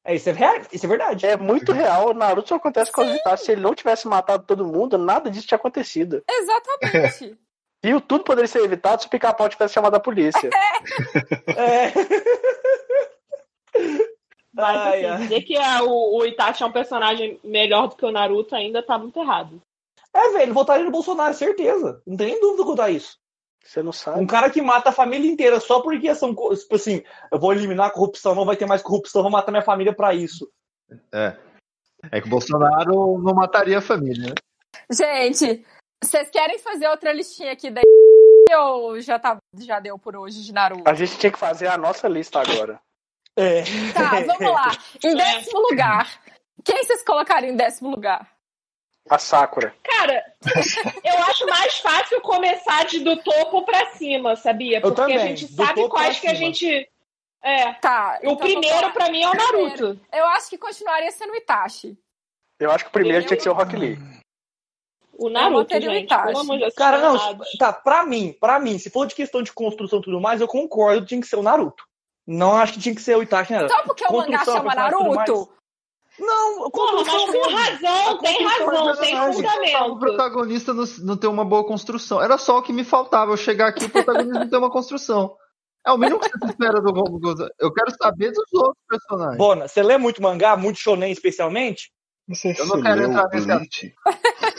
É, isso, é real, isso é verdade.
É muito real, Naruto só acontece por causa do Itachi. Se ele não tivesse matado todo mundo, nada disso tinha acontecido.
Exatamente.
E o tudo poderia ser evitado se o pica-pau tivesse chamado a polícia.
É.
Mas
Ai,
assim,
ai.
dizer que a- o, o Itachi é um personagem melhor do que o Naruto ainda tá muito errado.
É, velho, votaria no Bolsonaro, certeza. Não tem nem dúvida quanto a isso.
Você não
Um
sabe.
cara que mata a família inteira só porque são. co- Tipo assim, eu vou eliminar a corrupção, não vai ter mais corrupção, vou matar minha família pra isso.
É que o Bolsonaro não mataria a família, né?
gente, vocês querem fazer outra listinha aqui daí? Ou já, tá, já deu por hoje de Naruto?
A gente tinha que fazer a nossa lista agora.
É.
Tá, vamos lá. Em décimo lugar. Quem vocês colocariam em décimo lugar?
A Sakura.
Cara, eu acho mais fácil começar de do topo pra cima, sabia? Porque
também,
a gente
do
sabe
topo
quais
pra
que a
cima.
gente. É.
Tá. então
o primeiro
vamos lá.
pra mim é o Naruto.
Eu acho que continuaria sendo o Itachi.
Eu acho que o primeiro
Eu-
tinha que ser é o Rock Lee.
O Naruto,
manteria o
gente.
É Itachi.
Pelo amor de Deus,
Cara, não,
errado.
tá, pra mim, pra mim, se for de questão de construção e tudo mais, eu concordo, tinha que ser o Naruto. Não acho que tinha que ser o Itachi, né?
Só porque o mangá
Construção,
chama
personagem e tudo
Naruto?
Não,
Então, Porra, mas
construção é
com
mesmo.
razão,
A
tem
construção
razão,
do
tem
personagem.
O
fundamento.
protagonista não, não tem uma boa construção. Era só o que me faltava. Eu chegar aqui e o protagonista não tem uma construção. É o mínimo que você espera do Robo Gonzaga. Eu quero saber dos outros personagens.
Bona, você lê muito mangá, muito shonen especialmente?
Não sei se
Eu não
você
quero
leu
entrar nesse
Bleach.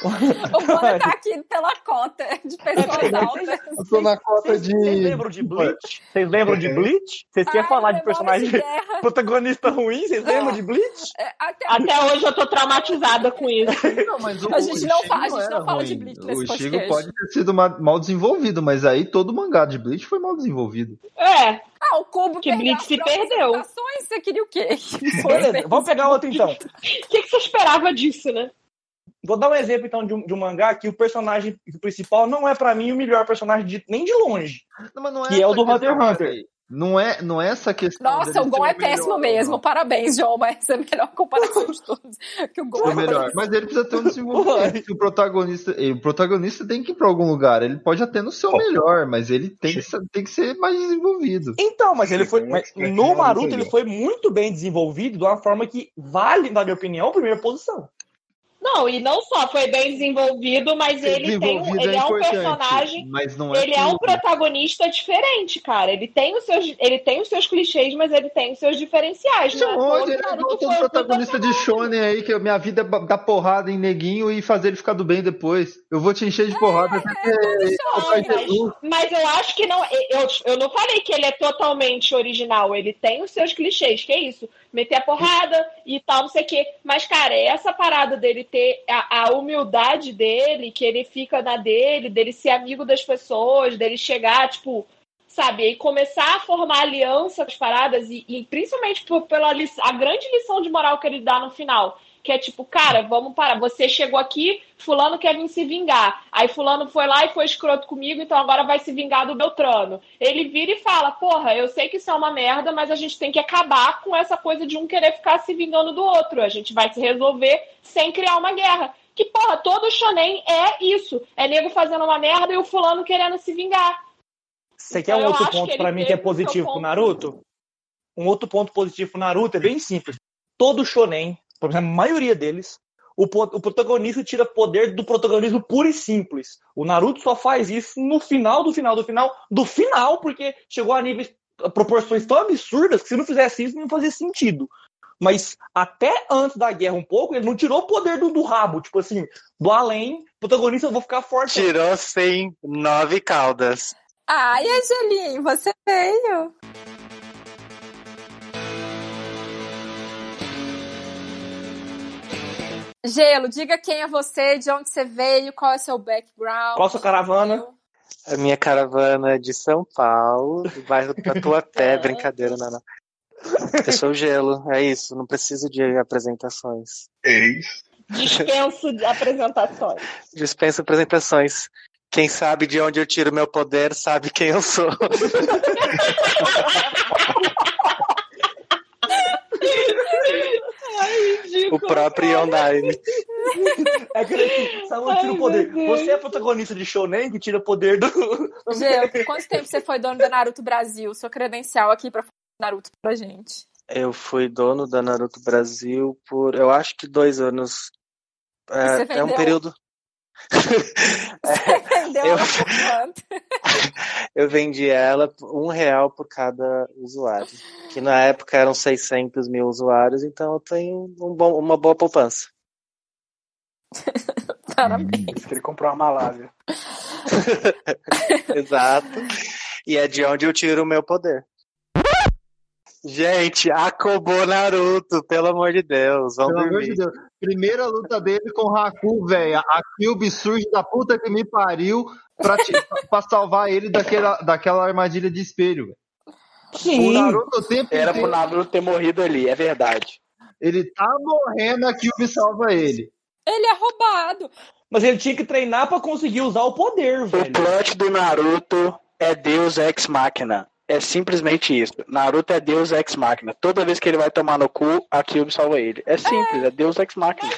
O Bona tá aqui pela cota de
É,
pessoas altas.
Eu tô na cota
Vocês
de.
vocês lembram de Bleach? Vocês lembram de
É.
Bleach? Vocês tinham
Ai,
Ah,
falar de
memórias
personagem
guerra.
protagonista ruim, vocês lembram de Bleach?
É, Até,
Ah,
Até hoje eu tô traumatizada com isso.
Não, mas o-
A gente
o
não
Ichigo
fala- a gente
era
não fala de
ruim.
Bleach nesse
O Ichigo
podcast.
pode ter sido ma- mal desenvolvido, mas aí todo o mangá de Bleach foi mal desenvolvido.
É,
Ah, o Cubo
Que
perdeu
Blitz
as
se
próprias
perdeu.
anotações, Você queria o quê?
Beleza, É, vamos pegar outro então.
o que, que você esperava disso, né?
Vou dar um exemplo então de um, de um mangá que o personagem principal não é pra mim o melhor personagem de- nem de longe.
Não, mas não
Que é o
essa
do Hunter x
questão,
Hunter.
peraí. Não é, não é essa questão.
Nossa,
dele
o Gon
ser
é péssimo
melhor ou
mesmo.
não.
Parabéns, João, mas essa é a melhor comparação de todos. Que o Gon
Ser
é
melhor. Mas ele precisa ter um
Porra.
desenvolvimento. Se o protagonista, eh, o protagonista tem que ir pra algum lugar. Ele pode até não ser o
Ó.
melhor, mas ele tem que, sa- tem que ser mais desenvolvido.
Então, mas ele foi.
Chegou um
mas
expert
no
Naruto
Naruto
aí,
ele
ó.
foi muito bem desenvolvido de uma forma que vale, na minha opinião, a primeira posição.
Não, e não só foi bem desenvolvido, mas ele tem um,
Desenvolvido
ele é um
importante,
personagem
mas não é
ele é um
tudo.
protagonista diferente, cara. Ele tem os seus, ele tem os seus clichês, mas ele tem os seus diferenciais.
Isso
Não é à toa
onde?
que
Ele é igual
Naruto
todo
foi um puta
protagonista de Shonen aí, que a minha vida é ba- dar porrada em neguinho e fazer ele ficar do bem depois. Eu vou te encher
É,
de porrada até
todo
tocar em
shonen.
Jesus.
Mas eu acho que não. Eu, eu não falei que ele é totalmente original. Ele tem os seus clichês, que é isso. Meter a porrada e tal, não sei o quê. Mas, cara, é essa parada dele ter a, a humildade dele, que ele fica na dele, dele ser amigo das pessoas, dele chegar, tipo, sabe, e começar a formar aliança com as paradas, e, e principalmente por- pela li- a grande lição de moral que ele dá no final. Que é tipo, cara, vamos parar. Você chegou aqui, fulano quer vir se vingar. Aí fulano foi lá e foi escroto comigo, então agora vai se vingar do Beltrano. Ele vira e fala, porra, eu sei que isso é uma merda, mas a gente tem que acabar com essa coisa de um querer ficar se vingando do outro. A gente vai se resolver sem criar uma guerra. Que, porra, todo shonen é isso. É nego fazendo uma merda e o fulano querendo se vingar.
Você
Então,
quer um
eu
outro
acho que
ponto
ele
pra mim que
teve
é
o seu
positivo pro
ponto.
Naruto? Um outro ponto positivo pro Naruto é bem simples. Todo shonen, por exemplo, a maioria deles, o, po- o protagonista tira poder do protagonismo puro e simples. O Naruto só faz isso no final do final do final do final, porque chegou a níveis a proporções tão absurdas que se não fizesse isso não fazia sentido. Mas até antes da guerra um pouco, ele não tirou o poder do, do rabo, tipo assim, do além, protagonista eu vou ficar forte.
Tirou sem nove caudas.
Ai, Angelim, você veio. Gelo, diga quem é você, de onde você veio, qual é seu background.
Qual a sua caravana?
A minha caravana é de São Paulo, do bairro Tatuapé, brincadeira, não, não. Eu sou o Gelo, é isso, não preciso de apresentações.
Ex.
Dispenso de apresentações.
Dispenso apresentações.
Quem sabe de onde eu tiro meu poder sabe quem eu sou. o próprio Yondaime.
É aquele assim, Samuel tira
Ai,
o poder.
meu Deus.
Você é protagonista de Shonen que tira o poder do.
Gê, por quanto tempo você foi dono da Naruto Brasil? Sua credencial aqui pra falar do Naruto pra gente.
Eu fui dono da Naruto Brasil por, eu acho que dois anos.
Você
É, é um
vendeu?
período.
Você vendeu
eu-
ela por quanto?
Eu vendi ela por um real por cada usuário. Que na época eram 600 mil usuários, então eu tenho um bom- uma boa poupança.
Parabéns.
Isso que ele comprou uma Malásia.
Exato. E é de onde eu tiro o meu poder. Gente, acobou Naruto, pelo amor de Deus. Vamos
Pelo amor
dormir.
de Deus. Primeira luta dele com o Haku, velho. A Cube surge da puta que me pariu pra, te- pra salvar ele daquela, daquela armadilha de espelho. velho. O Naruto o tempo
Era pro
inteiro,
Naruto ter morrido ali, é verdade.
ele tá morrendo, a Cube salva ele.
Ele é roubado.
Mas ele tinha que treinar pra conseguir usar o poder,
O
velho.
plot do Naruto é Deus ex machina. É simplesmente isso. Naruto é Deus ex machina. Toda vez que ele vai tomar no cu, a Kyuubi salva ele. É simples, é, Deus ex machina.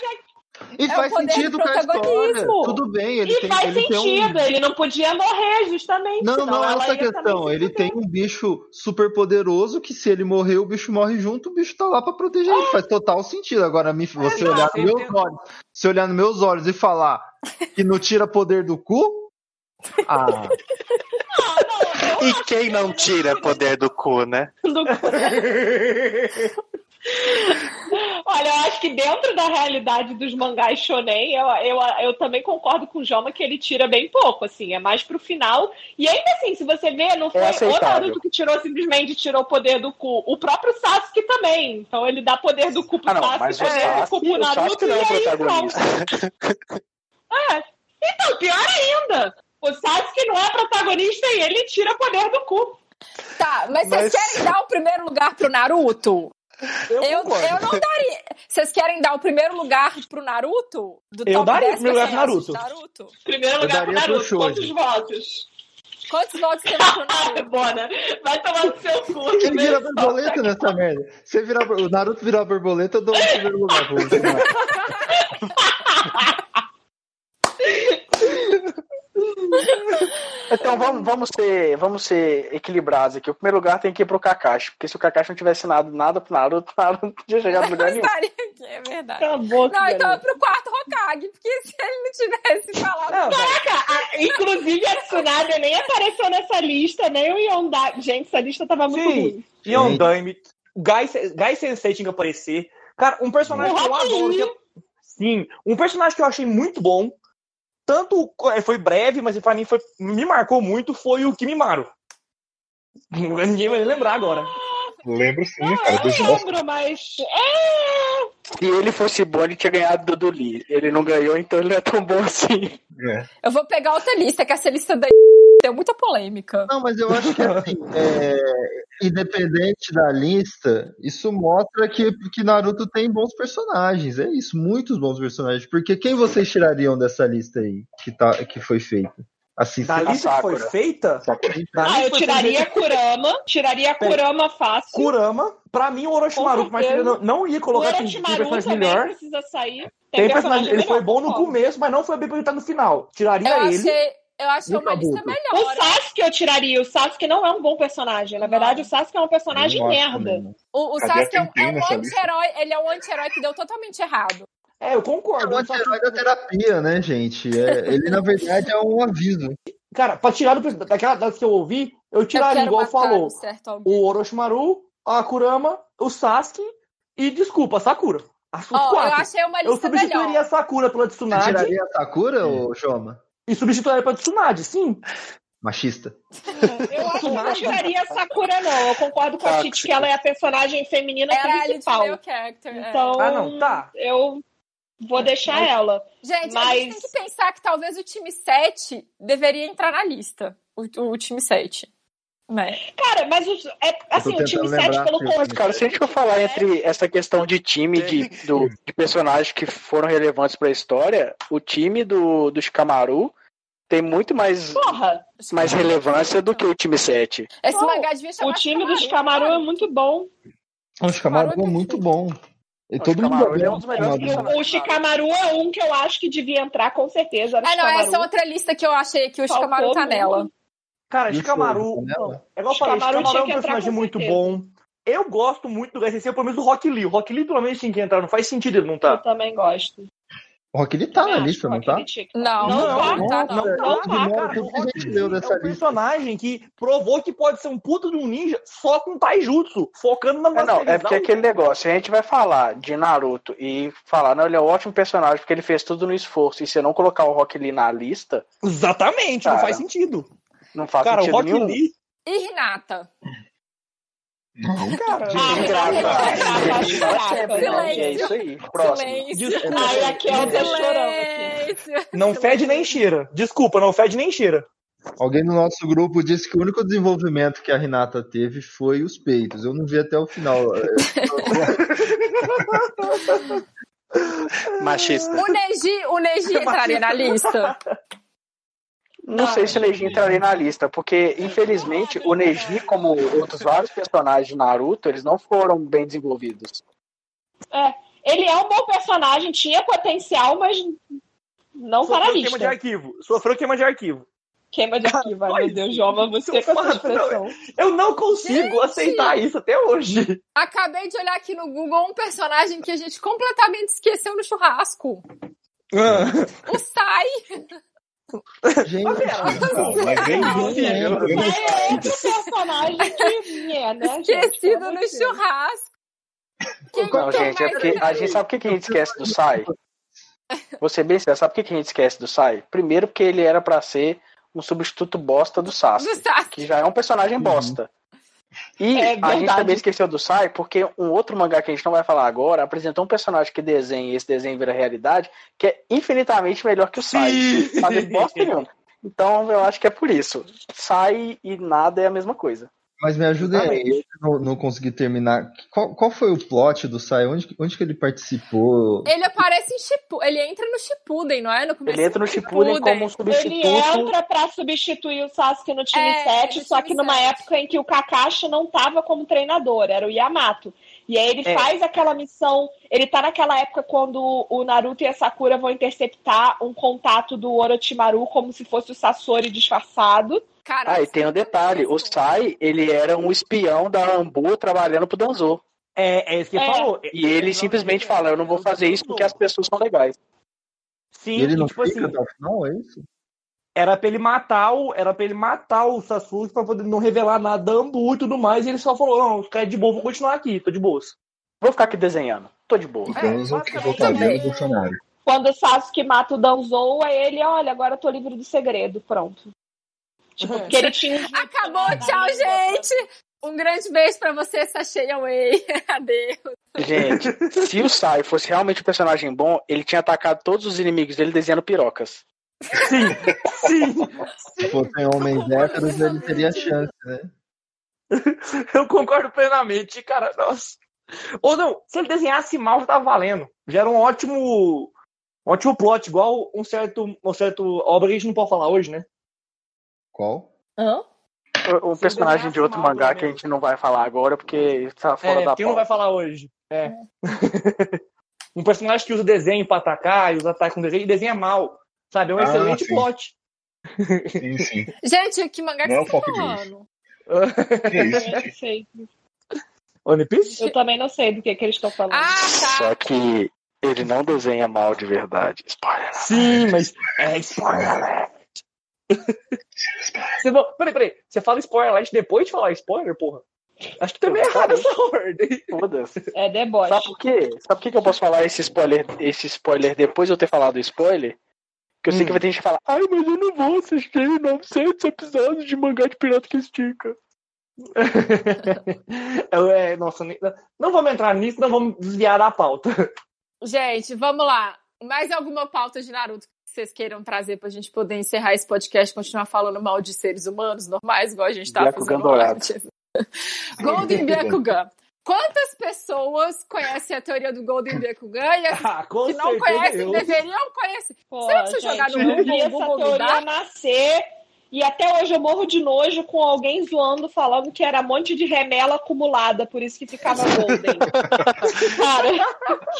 E
É o
faz
poder do
sentido com a história.
protagonismo.
Tudo bem, ele
E
tem,
faz
ele tem um-
sentido, ele não podia morrer, justamente.
Não, não é
Então, ela tá
essa
ia também
questão.
se
Ele
fuder.
tem um bicho super poderoso que se ele morrer, o bicho morre junto, o bicho tá lá pra proteger ele. Faz total sentido. Agora, me, você
Exato,
olhar nos
ele
meus
tem-
olhos, se olhar nos meus olhos e falar que não tira poder do cu, ah,
E quem não tira poder do cu, né?
Do- Olha, eu acho que dentro da realidade dos mangás shonen, eu, eu, eu também concordo com o Joma que ele tira bem pouco, assim, é mais pro final. E ainda assim, se você vê, não foi o
aceitável.
Naruto que tirou, simplesmente tirou o poder do cu. O próprio Sasuke também. Então ele dá poder do cu pro
Ah, não,
Sasuke,
mas o
poder do cu
Sasuke,
pro Naruto
o Sasuke
e
não é o
aí
protagonista.
pronto. É. Então, pior ainda. O Sasuke não é protagonista e ele tira poder do cu.
Tá, mas
Mas-
vocês querem dar o primeiro lugar pro Naruto?
Eu,
Eu,
concordo.
eu não daria. Vocês querem dar o primeiro lugar pro Naruto? Do
Eu
top
daria
10
o primeiro lugar pro
personagens de Naruto?
Primeiro
Eu
lugar pro
daria pro
Naruto. Quantos
Shoji.
votos?
Quantos votos temos pro
Ah,
Naruto?
Bona, vai tomar no seu cu. né?
ele vira
primeiro
borboleta
solta.
nessa merda. Se virar, o Naruto virar borboleta, eu dou o primeiro lugar pra você.
Então vamos, vamos, ser, vamos ser equilibrados aqui. O primeiro lugar tem que ir pro Kakashi, porque se o Kakashi não tivesse nada, nada pro Naruto, o Naruto não tinha chegado em lugar nenhum.
Estaria aqui, é verdade.
Acabou,
Não,
velho.
então é pro quarto Hokage, porque se ele não tivesse falado.
Ah, velho,
Caraca, a- inclusive a Tsunade nem apareceu nessa lista, nem o Yondai. Gente, essa lista tava muito ruim.
Sim, Yondaime, o um Gai, Gai Sensei tinha que aparecer. Cara, um personagem
O
que eu adoro. que
Rokunin.
eu- Sim, um personagem que eu achei muito bom. Tanto co- eh, foi breve, mas pra mim foi, me marcou muito, foi o Kimimaro. Ninguém vai lembrar agora.
Lembro sim,
Não,
cara, dos
eu
nossos.
lembro, mas. É!
Se ele fosse bom, ele tinha ganhado do Duduli. Ele não ganhou, então ele não é tão bom assim.
É.
Eu vou pegar outra lista, que essa lista daí deu muita polêmica.
Não, mas eu acho que assim, é, independente da lista, isso mostra que, que Naruto tem bons personagens. É isso, muitos bons personagens. Porque quem vocês tirariam dessa lista aí que, tá, que foi feita? Assim,
Da
se-
lista que foi
é Sakura.
feita, da
Ah,
lista
eu
que foi feita,
tiraria Kurama. Tiraria
Pera.
Kurama fácil.
Kurama. Pra mim, o Orochimaru,
Com
mas ele
certeza.
não, não ia
o
colocar tem
Orochimaru
personagem
também
melhor.
precisa sair.
Tem personagem, ele
melhor,
foi bom no
concordo.
começo, mas não foi bem pra ele estar no final.
Eu
Tiraria é ele.
achei, eu achei
E o
uma lista
Kabuto?
melhor.
O Sasuke eu tiraria. O Sasuke não é um bom personagem. Na
Não.
verdade, o Sasuke é um personagem
eu não acho
merda.
também, né? não.
O, o
Cadê
Sasuke é
a
um,
Tenten
é um
nessa lista?
anti-herói, ele é um anti-herói que deu totalmente errado.
É, eu
É
concordo.
um
só que-
anti-herói da terapia, né, gente? É, ele, na verdade, é um aviso.
Cara, pra tirar do, daquela das que eu ouvi, eu
eu
tiraria,
quero
igual
matar
falou,
um certo alguém.
o Orochimaru, a Kurama, o Sasuke e, desculpa, a Sakura. As, os
Ó, eu
quatro.
achei uma
Eu,
lista
substituiria
melhor.
a Sakura pela
Você
Tsunade
tiraria a Sakura, ô Joma?
e substituiria pela Tsunade, sim.
Machista.
Eu acho que eu não
Tomate.
tiraria a Sakura, não. Eu concordo com a Titi
Tóxica.
que ela é a personagem feminina
Ela é a lead
principal.
male character. é.
Então,
Ah, não, tá.
eu vou deixar ela.
Gente, a gente
Mas-
tem que pensar que talvez o time 7 deveria entrar na lista. O, o time 7. Né?
Cara, mas os- é, assim, o
tentando
time 7
lembrar
pelo
se eu-
conceito.
Cara, se a gente for falar entre essa questão de time, de, do- de personagens que foram relevantes pra história, o time do, do Shikamaru tem muito mais,
Porra,
mais relevância do que o time 7.
Esse
Não,
mangá devia chamar
o time
Camarão,
dos Camarão é muito bom.
O Shikamaru
Shikamaru
é
é
muito
perfeito.
bom. E
O
todo mundo
Shikamaru, ele
adora
é um dos melhores
Shikamaru.
personagens.
O, o Shikamaru é um que eu acho que devia entrar, com certeza. Era o
Ah, não,
Shikamaru.
essa é outra lista que eu achei que o
Faltou
Shikamaru tá
muito.
nela.
Cara,
Isso,
Shikamaru.
né?
não, É igual eu falei,
Shikamaru
Shikamaru
tinha
é um
que entrar
personagem
com
muito
certeza.
bom. Eu gosto muito do SC, pelo menos do Rock Lee. O Rock Lee, pelo menos, tinha que entrar. Não faz sentido ele não
Eu
tá.
também gosto.
O Rock Lee tá na
Também É, acho
lista,
que o
não
Rock
tá?
Lee tinha que-
Não, não, tá,
não,
tá,
não,
não.
tá,
Eu ignoro
cara,
tudo que a
Rock
gente leu
É
dessa
um
lista.
personagem que provou que pode ser um puto de um ninja só com taijutsu, focando na
É, não, é porque
masterizar o-
aquele negócio, a gente vai falar de Naruto e falar, não, ele é um ótimo personagem porque ele fez tudo no esforço, e se eu não colocar o Rock Lee na lista,
Exatamente, não
Cara.
faz sentido.
não faz
Cara, o
sentido
Rock
nenhum.
Lee,
E Renata?
Não.
cara,
Ah, Renata é fraca, acho
Não é
fraca.
sempre, não.
Silêncio.
É isso aí. Próximo.
Silêncio.
desculpa,
Ai, a Kel tá chorando aqui.
Silêncio.
não fede nem cheira. Desculpa, não fede nem cheira.
Alguém no nosso grupo disse que o único desenvolvimento que a Renata teve foi os peitos. Eu não vi até o final.
Machista.
O Neji, o Neji entraria na lista.
Não sei se o Neji entraria na lista, porque infelizmente o Neji, como outros vários personagens de Naruto, eles não foram bem desenvolvidos.
Ele é um bom personagem, tinha potencial, mas não para a
um
Sofreu queima de
lista.
arquivo. Sofreu queima de arquivo.
Queima de arquivo, ai meu Deus, Joma, você é
Seu
com essa
fato,
expressão.
Eu não é consigo
Gente!
aceitar isso até hoje.
Acabei de olhar aqui no Google um personagem que a gente completamente esqueceu no churrasco. O Sai.
Gente,
Mas pera,
Não, né, mas é ele
Não,
não
gente.
entra no
Mas é
site.
outro personagem que é, né? gente? Pelo
Esquecido
amor
no
de Deus.
churrasco. Quem
Não,
que
gente, é
mais
porque a gente sabe o que, que a gente esquece do Sai. Você bem sincero, sabe o que, que a gente esquece do Sai? Primeiro porque ele era pra ser um substituto bosta do
do
Sasuke, que
Sasuke?
já é um personagem bosta. E
É
a gente
verdade.
também esqueceu do Sai porque um outro mangá que a gente não vai falar agora apresentou um personagem que desenha e esse desenho vira realidade que é infinitamente melhor que o Sai. fazer bosta nenhuma. Então eu acho que é por isso. Sai e nada é a mesma coisa.
mas me ajudem aí,
Exatamente.
eu não, não consegui terminar. Qual, qual foi o plot do Sai? Onde, que- onde que ele participou?
Ele aparece em Shippuden. Ele entra no Shippuden, não é? No começo
Ele entra no
do
Shippuden como um
Ele é
substituto.
entra pra substituir o Sasuke no time
É,
7,
no
só
time
que numa
7.
época em que o Kakashi não tava como treinador, era o Yamato. E aí ele
É.
faz aquela missão, ele tá naquela época quando o Naruto e a Sakura vão interceptar um contato do Orochimaru como se fosse o Sasori disfarçado.
Cara,
Ah, e tem um detalhe, o Sai, ele era um espião da Ambu trabalhando pro Danzo.
É, é isso que ele
É.
falou.
E ele simplesmente fala, eu não vou fazer isso porque as pessoas são legais.
Sim,
E ele
e,
não
tipo
fica
assim,
até o final, é isso?
era pra ele matar o, era pra ele matar o Sasuke pra poder não revelar nada da Ambu e tudo mais. E ele só falou: não, fica de boa, vou continuar aqui, tô de boa.
Vou ficar aqui desenhando. Tô de boa.
O
É,
Danzo que
basicamente,
votaria
também.
no Bolsonaro.
Quando o Sasuke mata o Danzou, aí ele, olha, agora eu tô livre do segredo, pronto.
É.
Tipo, porque ele tinha um jeito
Acabou,
lá da
tchau,
língua pra-
gente! Um grande beijo pra você, Sachei Away. Adeus.
É. Gente, se o Sai fosse realmente um personagem bom, ele tinha atacado todos os inimigos dele desenhando pirocas.
Sim,
Se fossem homens
Concordo
héteros, ele
plenamente.
teria chance, né?
eu concordo plenamente, cara. Nossa. Ou não, se ele desenhasse mal, já tava valendo. Já era um ótimo. um ótimo plot, igual um certo, um certo obra que a gente não pode falar hoje, né?
Qual?
Hã?
Um personagem de outro
mal,
mangá
pelo
que a
menos.
gente não vai falar agora porque tá fora
É,
da
quem não vai
pauta.
falar hoje? É. um personagem que usa desenho pra atacar e usa ataque com desenho e desenha mal. Sabe? É um
Ah,
excelente
sim.
plot.
Sim, sim.
Gente, que mangá que
Não é o
vocês
Pop
estão
Games.
falando?
Que é isso,
Eu não
gente?
sei.
One Piece?
Eu também não sei do que, que eles estão falando.
Ah,
Só
tá.
que ele não desenha mal de verdade. Spoiler.
Sim, mas. É spoiler alert. Você não- Peraí, peraí. Você fala spoiler alert depois de falar spoiler, porra? Acho que também é errado essa ordem.
Foda-se.
É deboche.
Sabe por quê? Sabe por que que eu posso falar esse spoiler, esse spoiler depois de eu ter falado o spoiler? Que eu sei
Hum.
que vai ter gente que fala, ai, mas eu não vou assistir 900 episódios de mangá de pirata que estica.
Eu, é, nossa, nem- não vamos entrar nisso, não vamos desviar da pauta.
Gente, vamos lá. Mais alguma pauta de Naruto que vocês queiram trazer pra gente poder encerrar esse podcast e continuar falando mal de seres humanos normais, igual a gente tava
Byakugan
fazendo
dourado.
antes? Golden Byakugan. Quantas pessoas conhecem a teoria do Golden Bakugan e as
Ah, com
que não
certeza
conhecem,
eu.
deveriam conhecer?
Pô,
Será que se eu jogar no
eu vi
Google, o
essa
Google me
teoria
dá?
nascer e até hoje eu morro de nojo com alguém zoando, falando que era um monte de remela acumulada, por isso que ficava golden. Cara,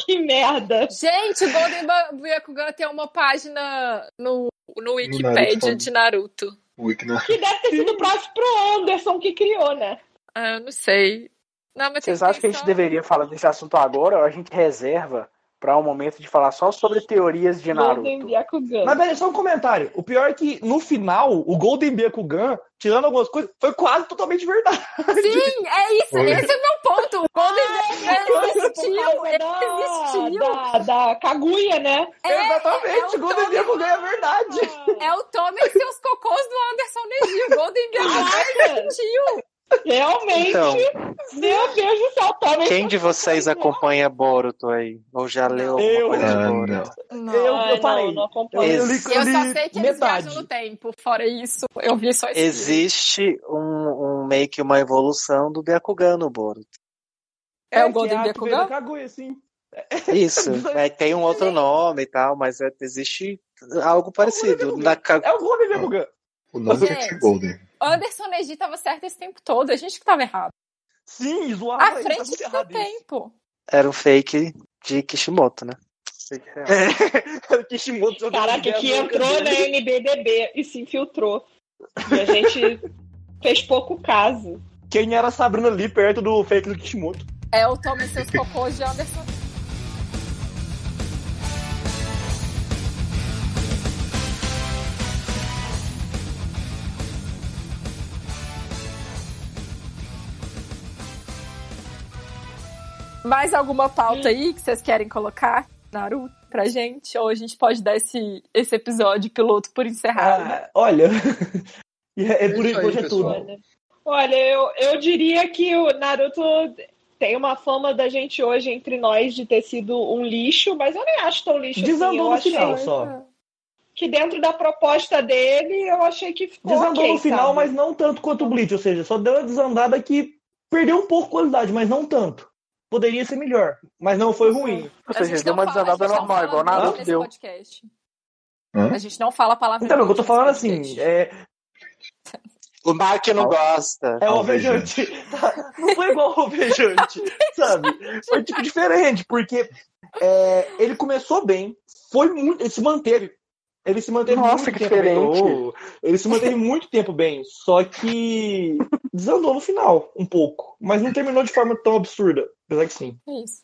que merda.
Gente, o Golden Ba- Bakugan tem uma página no, no
Naruto
Wikipedia
falando.
de Naruto.
O Wikna
Que deve ter sido o próprio Anderson que criou, né?
Ah, eu não sei. Não, mas
Vocês
tem
acham que a gente
só-
deveria falar desse assunto agora ou a gente reserva pra um momento de falar só sobre teorias de
Golden
Naruto?
Byakugan.
Mas peraí, só um comentário. O pior é que no final, o Golden Gun, tirando algumas coisas, foi quase totalmente verdade.
Sim, é isso.
Oi.
Esse é o meu ponto. O Golden Bakugan
Coisa por
existiu.
causa
Ele
da,
existiu.
da, da Kaguya, né?
é o
Exatamente, o Golden
Tommy.
Gun é verdade.
É o Tommy e seus cocôs do Anderson Negil. Golden Bakugan
Caraca,
existiu.
realmente,
Então,
meu Deus do céu, também.
quem de vocês acompanha Boruto aí? Ou já leu alguma
Eu.
coisa de
Ah,
Boruto?
não.
Eu,
Ai,
eu parei.
não, não
eu,
acompanho.
eu li,
Eu só
li
sei que eles
metade.
viajam no tempo. Fora isso, eu vi só esse livro.
Existe um, um meio que uma evolução do Byakugan no Boruto.
É o
que
Golden
a
Byakugan?
Veio da Kaguya, sim.
Isso. né? Tem um outro nome e tal, mas é- existe algo parecido. Na, ca-
É o Golden Gun.
O nome tem que ser
Gente.
Golden.
Anderson Negil tava certo esse tempo todo. A gente que tava errado.
Sim, zoava.
À
ele, tá
frente
muito
do seu
errado isso.
tempo.
era um fake de Kishimoto, né?
O Kishimoto jogando né?
Caraca,
ideia
que
louca
entrou né?
dele.
na NBDB e se infiltrou. E a gente fez pouco caso.
Quem era a Sabrina ali perto do fake do Kishimoto?
É o Tommy e seus cocôs de Anderson Mais alguma pauta aí que vocês querem colocar, Naruto, pra gente? Ou a gente pode dar esse, esse episódio piloto por encerrado?
Ah, olha. E é, é por
Isso aí,
hoje é tudo.
pessoal.
Olha, olha eu, eu diria que o Naruto tem uma fama da gente hoje entre nós de ter sido um lixo, mas eu nem acho tão lixo assim.
Desandou
Eu
no
achei
final só.
que dentro da proposta dele, eu achei que ficou
Desandou
ok,
no final,
sabe?
mas não tanto quanto o Bleach, ou seja, só deu uma desandada que perdeu um pouco de qualidade, mas não tanto. Poderia ser melhor, mas não foi ruim.
Ou
A
seja,
gente
deu
não
uma
fala, a
desandada
gente tá não
normal,
fala
igual
palavrão
Naruto
nesse
deu.
podcast.
Hã?
A né, gente não fala palavrão.
Então, é o que eu tô
nesse
falando
podcast.
assim, é,
O Mark não gosta.
é
Alvejante.
alvejante. tá? Não foi igual alvejante, sabe? Foi tipo diferente, porque é, ele começou bem, foi muito, ele se manteve. Ele se manteve
Nossa,
muito
que
tempo bem.
diferente.
Oh, ele se manteve muito tempo bem, só que desandou no final um pouco, mas não terminou de forma tão absurda, apesar que sim.
É Isso.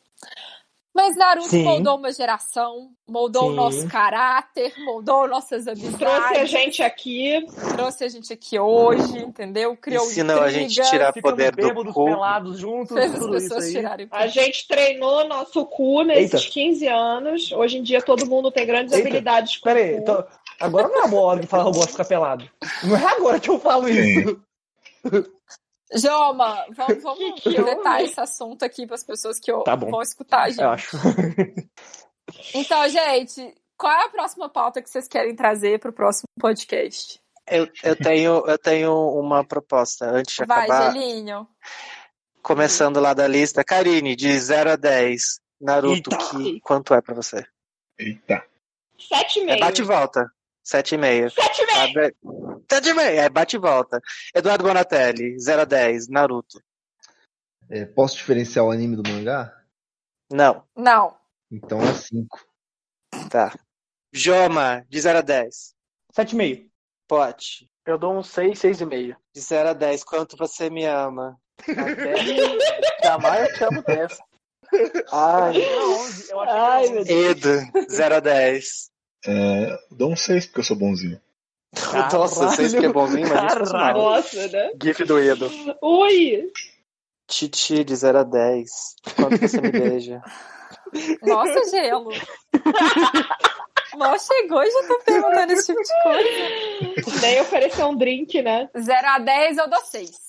Mas Naruto
Sim.
moldou uma geração, moldou o
Sim.
nosso caráter, moldou nossas amizades,
Trouxe a gente aqui.
trouxe a gente aqui hoje, entendeu? Criou
Ensinou a gente a
intrigas,
tirar
Ficamos
poder do
bêbados,
cu.
pelados juntos,
fez as
tudo isso
pessoas
aí.
tirarem.
A gente treinou nosso cu nesses
Eita.
15 anos. Hoje em dia todo mundo tem grandes
Eita.
habilidades com
Pera aí,
o cu.
então, agora não é a boa hora de falar eu gosto de ficar pelado. Não é agora que eu falo isso.
Joma, vamos, vamos
Que que
detalhar
houve?
esse assunto aqui para as pessoas que o-
Tá bom.
vão escutar a gente.
Eu acho.
Então, gente, qual é a próxima pauta que vocês querem trazer para o próximo podcast?
Eu, eu tenho, eu tenho uma proposta antes de
Vai,
acabar.
Gelinho.
Começando lá da lista, Karine, de 0 a 10, Naruto,
Eita.
que, quanto é pra você?
Eita.
Sete e
É
meio.
bate e volta, 7,5.
Sete e meio.
Abre- 7,5, é bate e volta. Eduardo Bonatelli, 0 a 10, Naruto.
É, posso diferenciar o anime do mangá?
Não,
Não.
Então é 5.
tá. Joma, de 0 a 10,
Sete e meio.
Pote,
Eu dou um 6, 6,5.
de 0 a 10, quanto você me ama?
Até jamais eu te amo dessa.
Ai,
Era onze, eu acho que era
Ai,
onze.
meu Deus.
Edo, 0 a 10.
É, dou um 6 porque eu sou bonzinho.
Nossa, 6 que é bonzinho, mas isso
Caralho.
não.
Nossa, né?
GIF do Edo.
Ui!
Titi, de 0 a 10, quanto você me beija?
Nossa, gelo. Mal chegou e já tô perguntando esse tipo de coisa.
Nem oferecer um drink, né?
0 a 10, eu dou 6.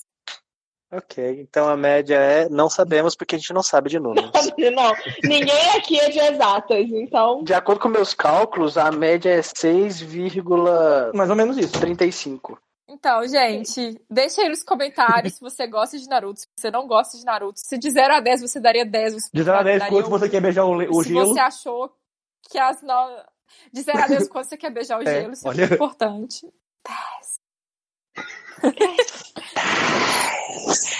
Ok, então a média é não sabemos porque a gente não sabe de números.
Não, ninguém aqui é de exatas, então.
De acordo com meus cálculos, a média é 6,35.
Mais ou menos isso.
Então, gente, deixa aí nos comentários se você gosta de Naruto, se você não gosta de Naruto. Se de 0 a 10 você daria 10, você
De 0 a 10,
daria
quanto
um.
você quer beijar o, le- o
se
gelo?
você achou que as no... De 0 a 10, quando você quer beijar o
É,
gelo, isso
olha.
é muito importante.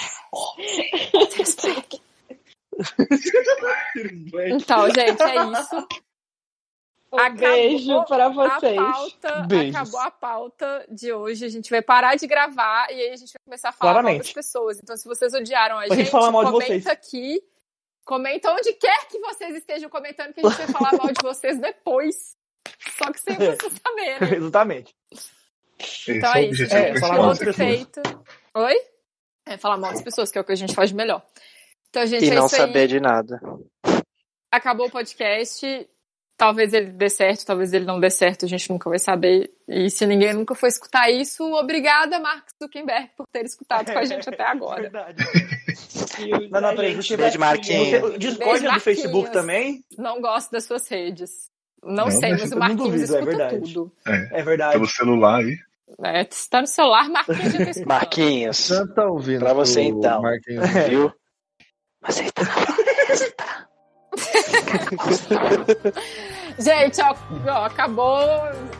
10. 10. Então, gente, é isso.
Um
Acabou
beijo pra
A
vocês.
pauta,
Beijos.
acabou a pauta de hoje. A gente vai parar de gravar e aí a gente vai começar a falar mal
Claramente.
das pessoas. Então, se vocês odiaram a
Pra
gente,
gente falar mal de
comenta
vocês.
aqui. Comenta onde quer que vocês estejam comentando, que a gente vai falar mal de vocês depois. Só que sem
É.
vocês saberem.
Exatamente.
Esse
Então
é
é
o
isso,
objetivo
É,
gente.
falar
principal
mal
Ponto
disso
das
aqui. né?
feito. Oi? É, falar mal das pessoas, que é o que a gente faz de melhor. Então, gente,
E
é
não
isso aí.
saber de nada.
acabou o podcast. Talvez ele dê certo, talvez ele não dê certo, a gente nunca vai saber. E se ninguém nunca for escutar isso, obrigada, Marcos Zuckerberg, por ter escutado com a gente até agora.
Verdade.
E
Não, não,
da
peraí,
gente,
deixa eu
Beijo,
ver.
Marquinhos.
O Discord é do
Marquinhos.
Facebook também?
Não gosto das suas redes. Não,
Não,
sei, mas
mas
o
eu não
Marquinhos
duvido, é
escuta
verdade.
tudo.
É,
É verdade.
pelo celular aí.
É, se tá no celular, Marquinhos já tá escutando.
Marquinhos,
Tanto tá ouvindo
Pra você,
pro
então.
Marquinhos.
viu? Mas ele tá na floresta.
Gente, ó, ó, acabou,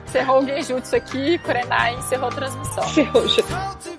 encerrou o Genjutsu aqui, Kurenai encerrou a transmissão.
Ferrou, gente.
Count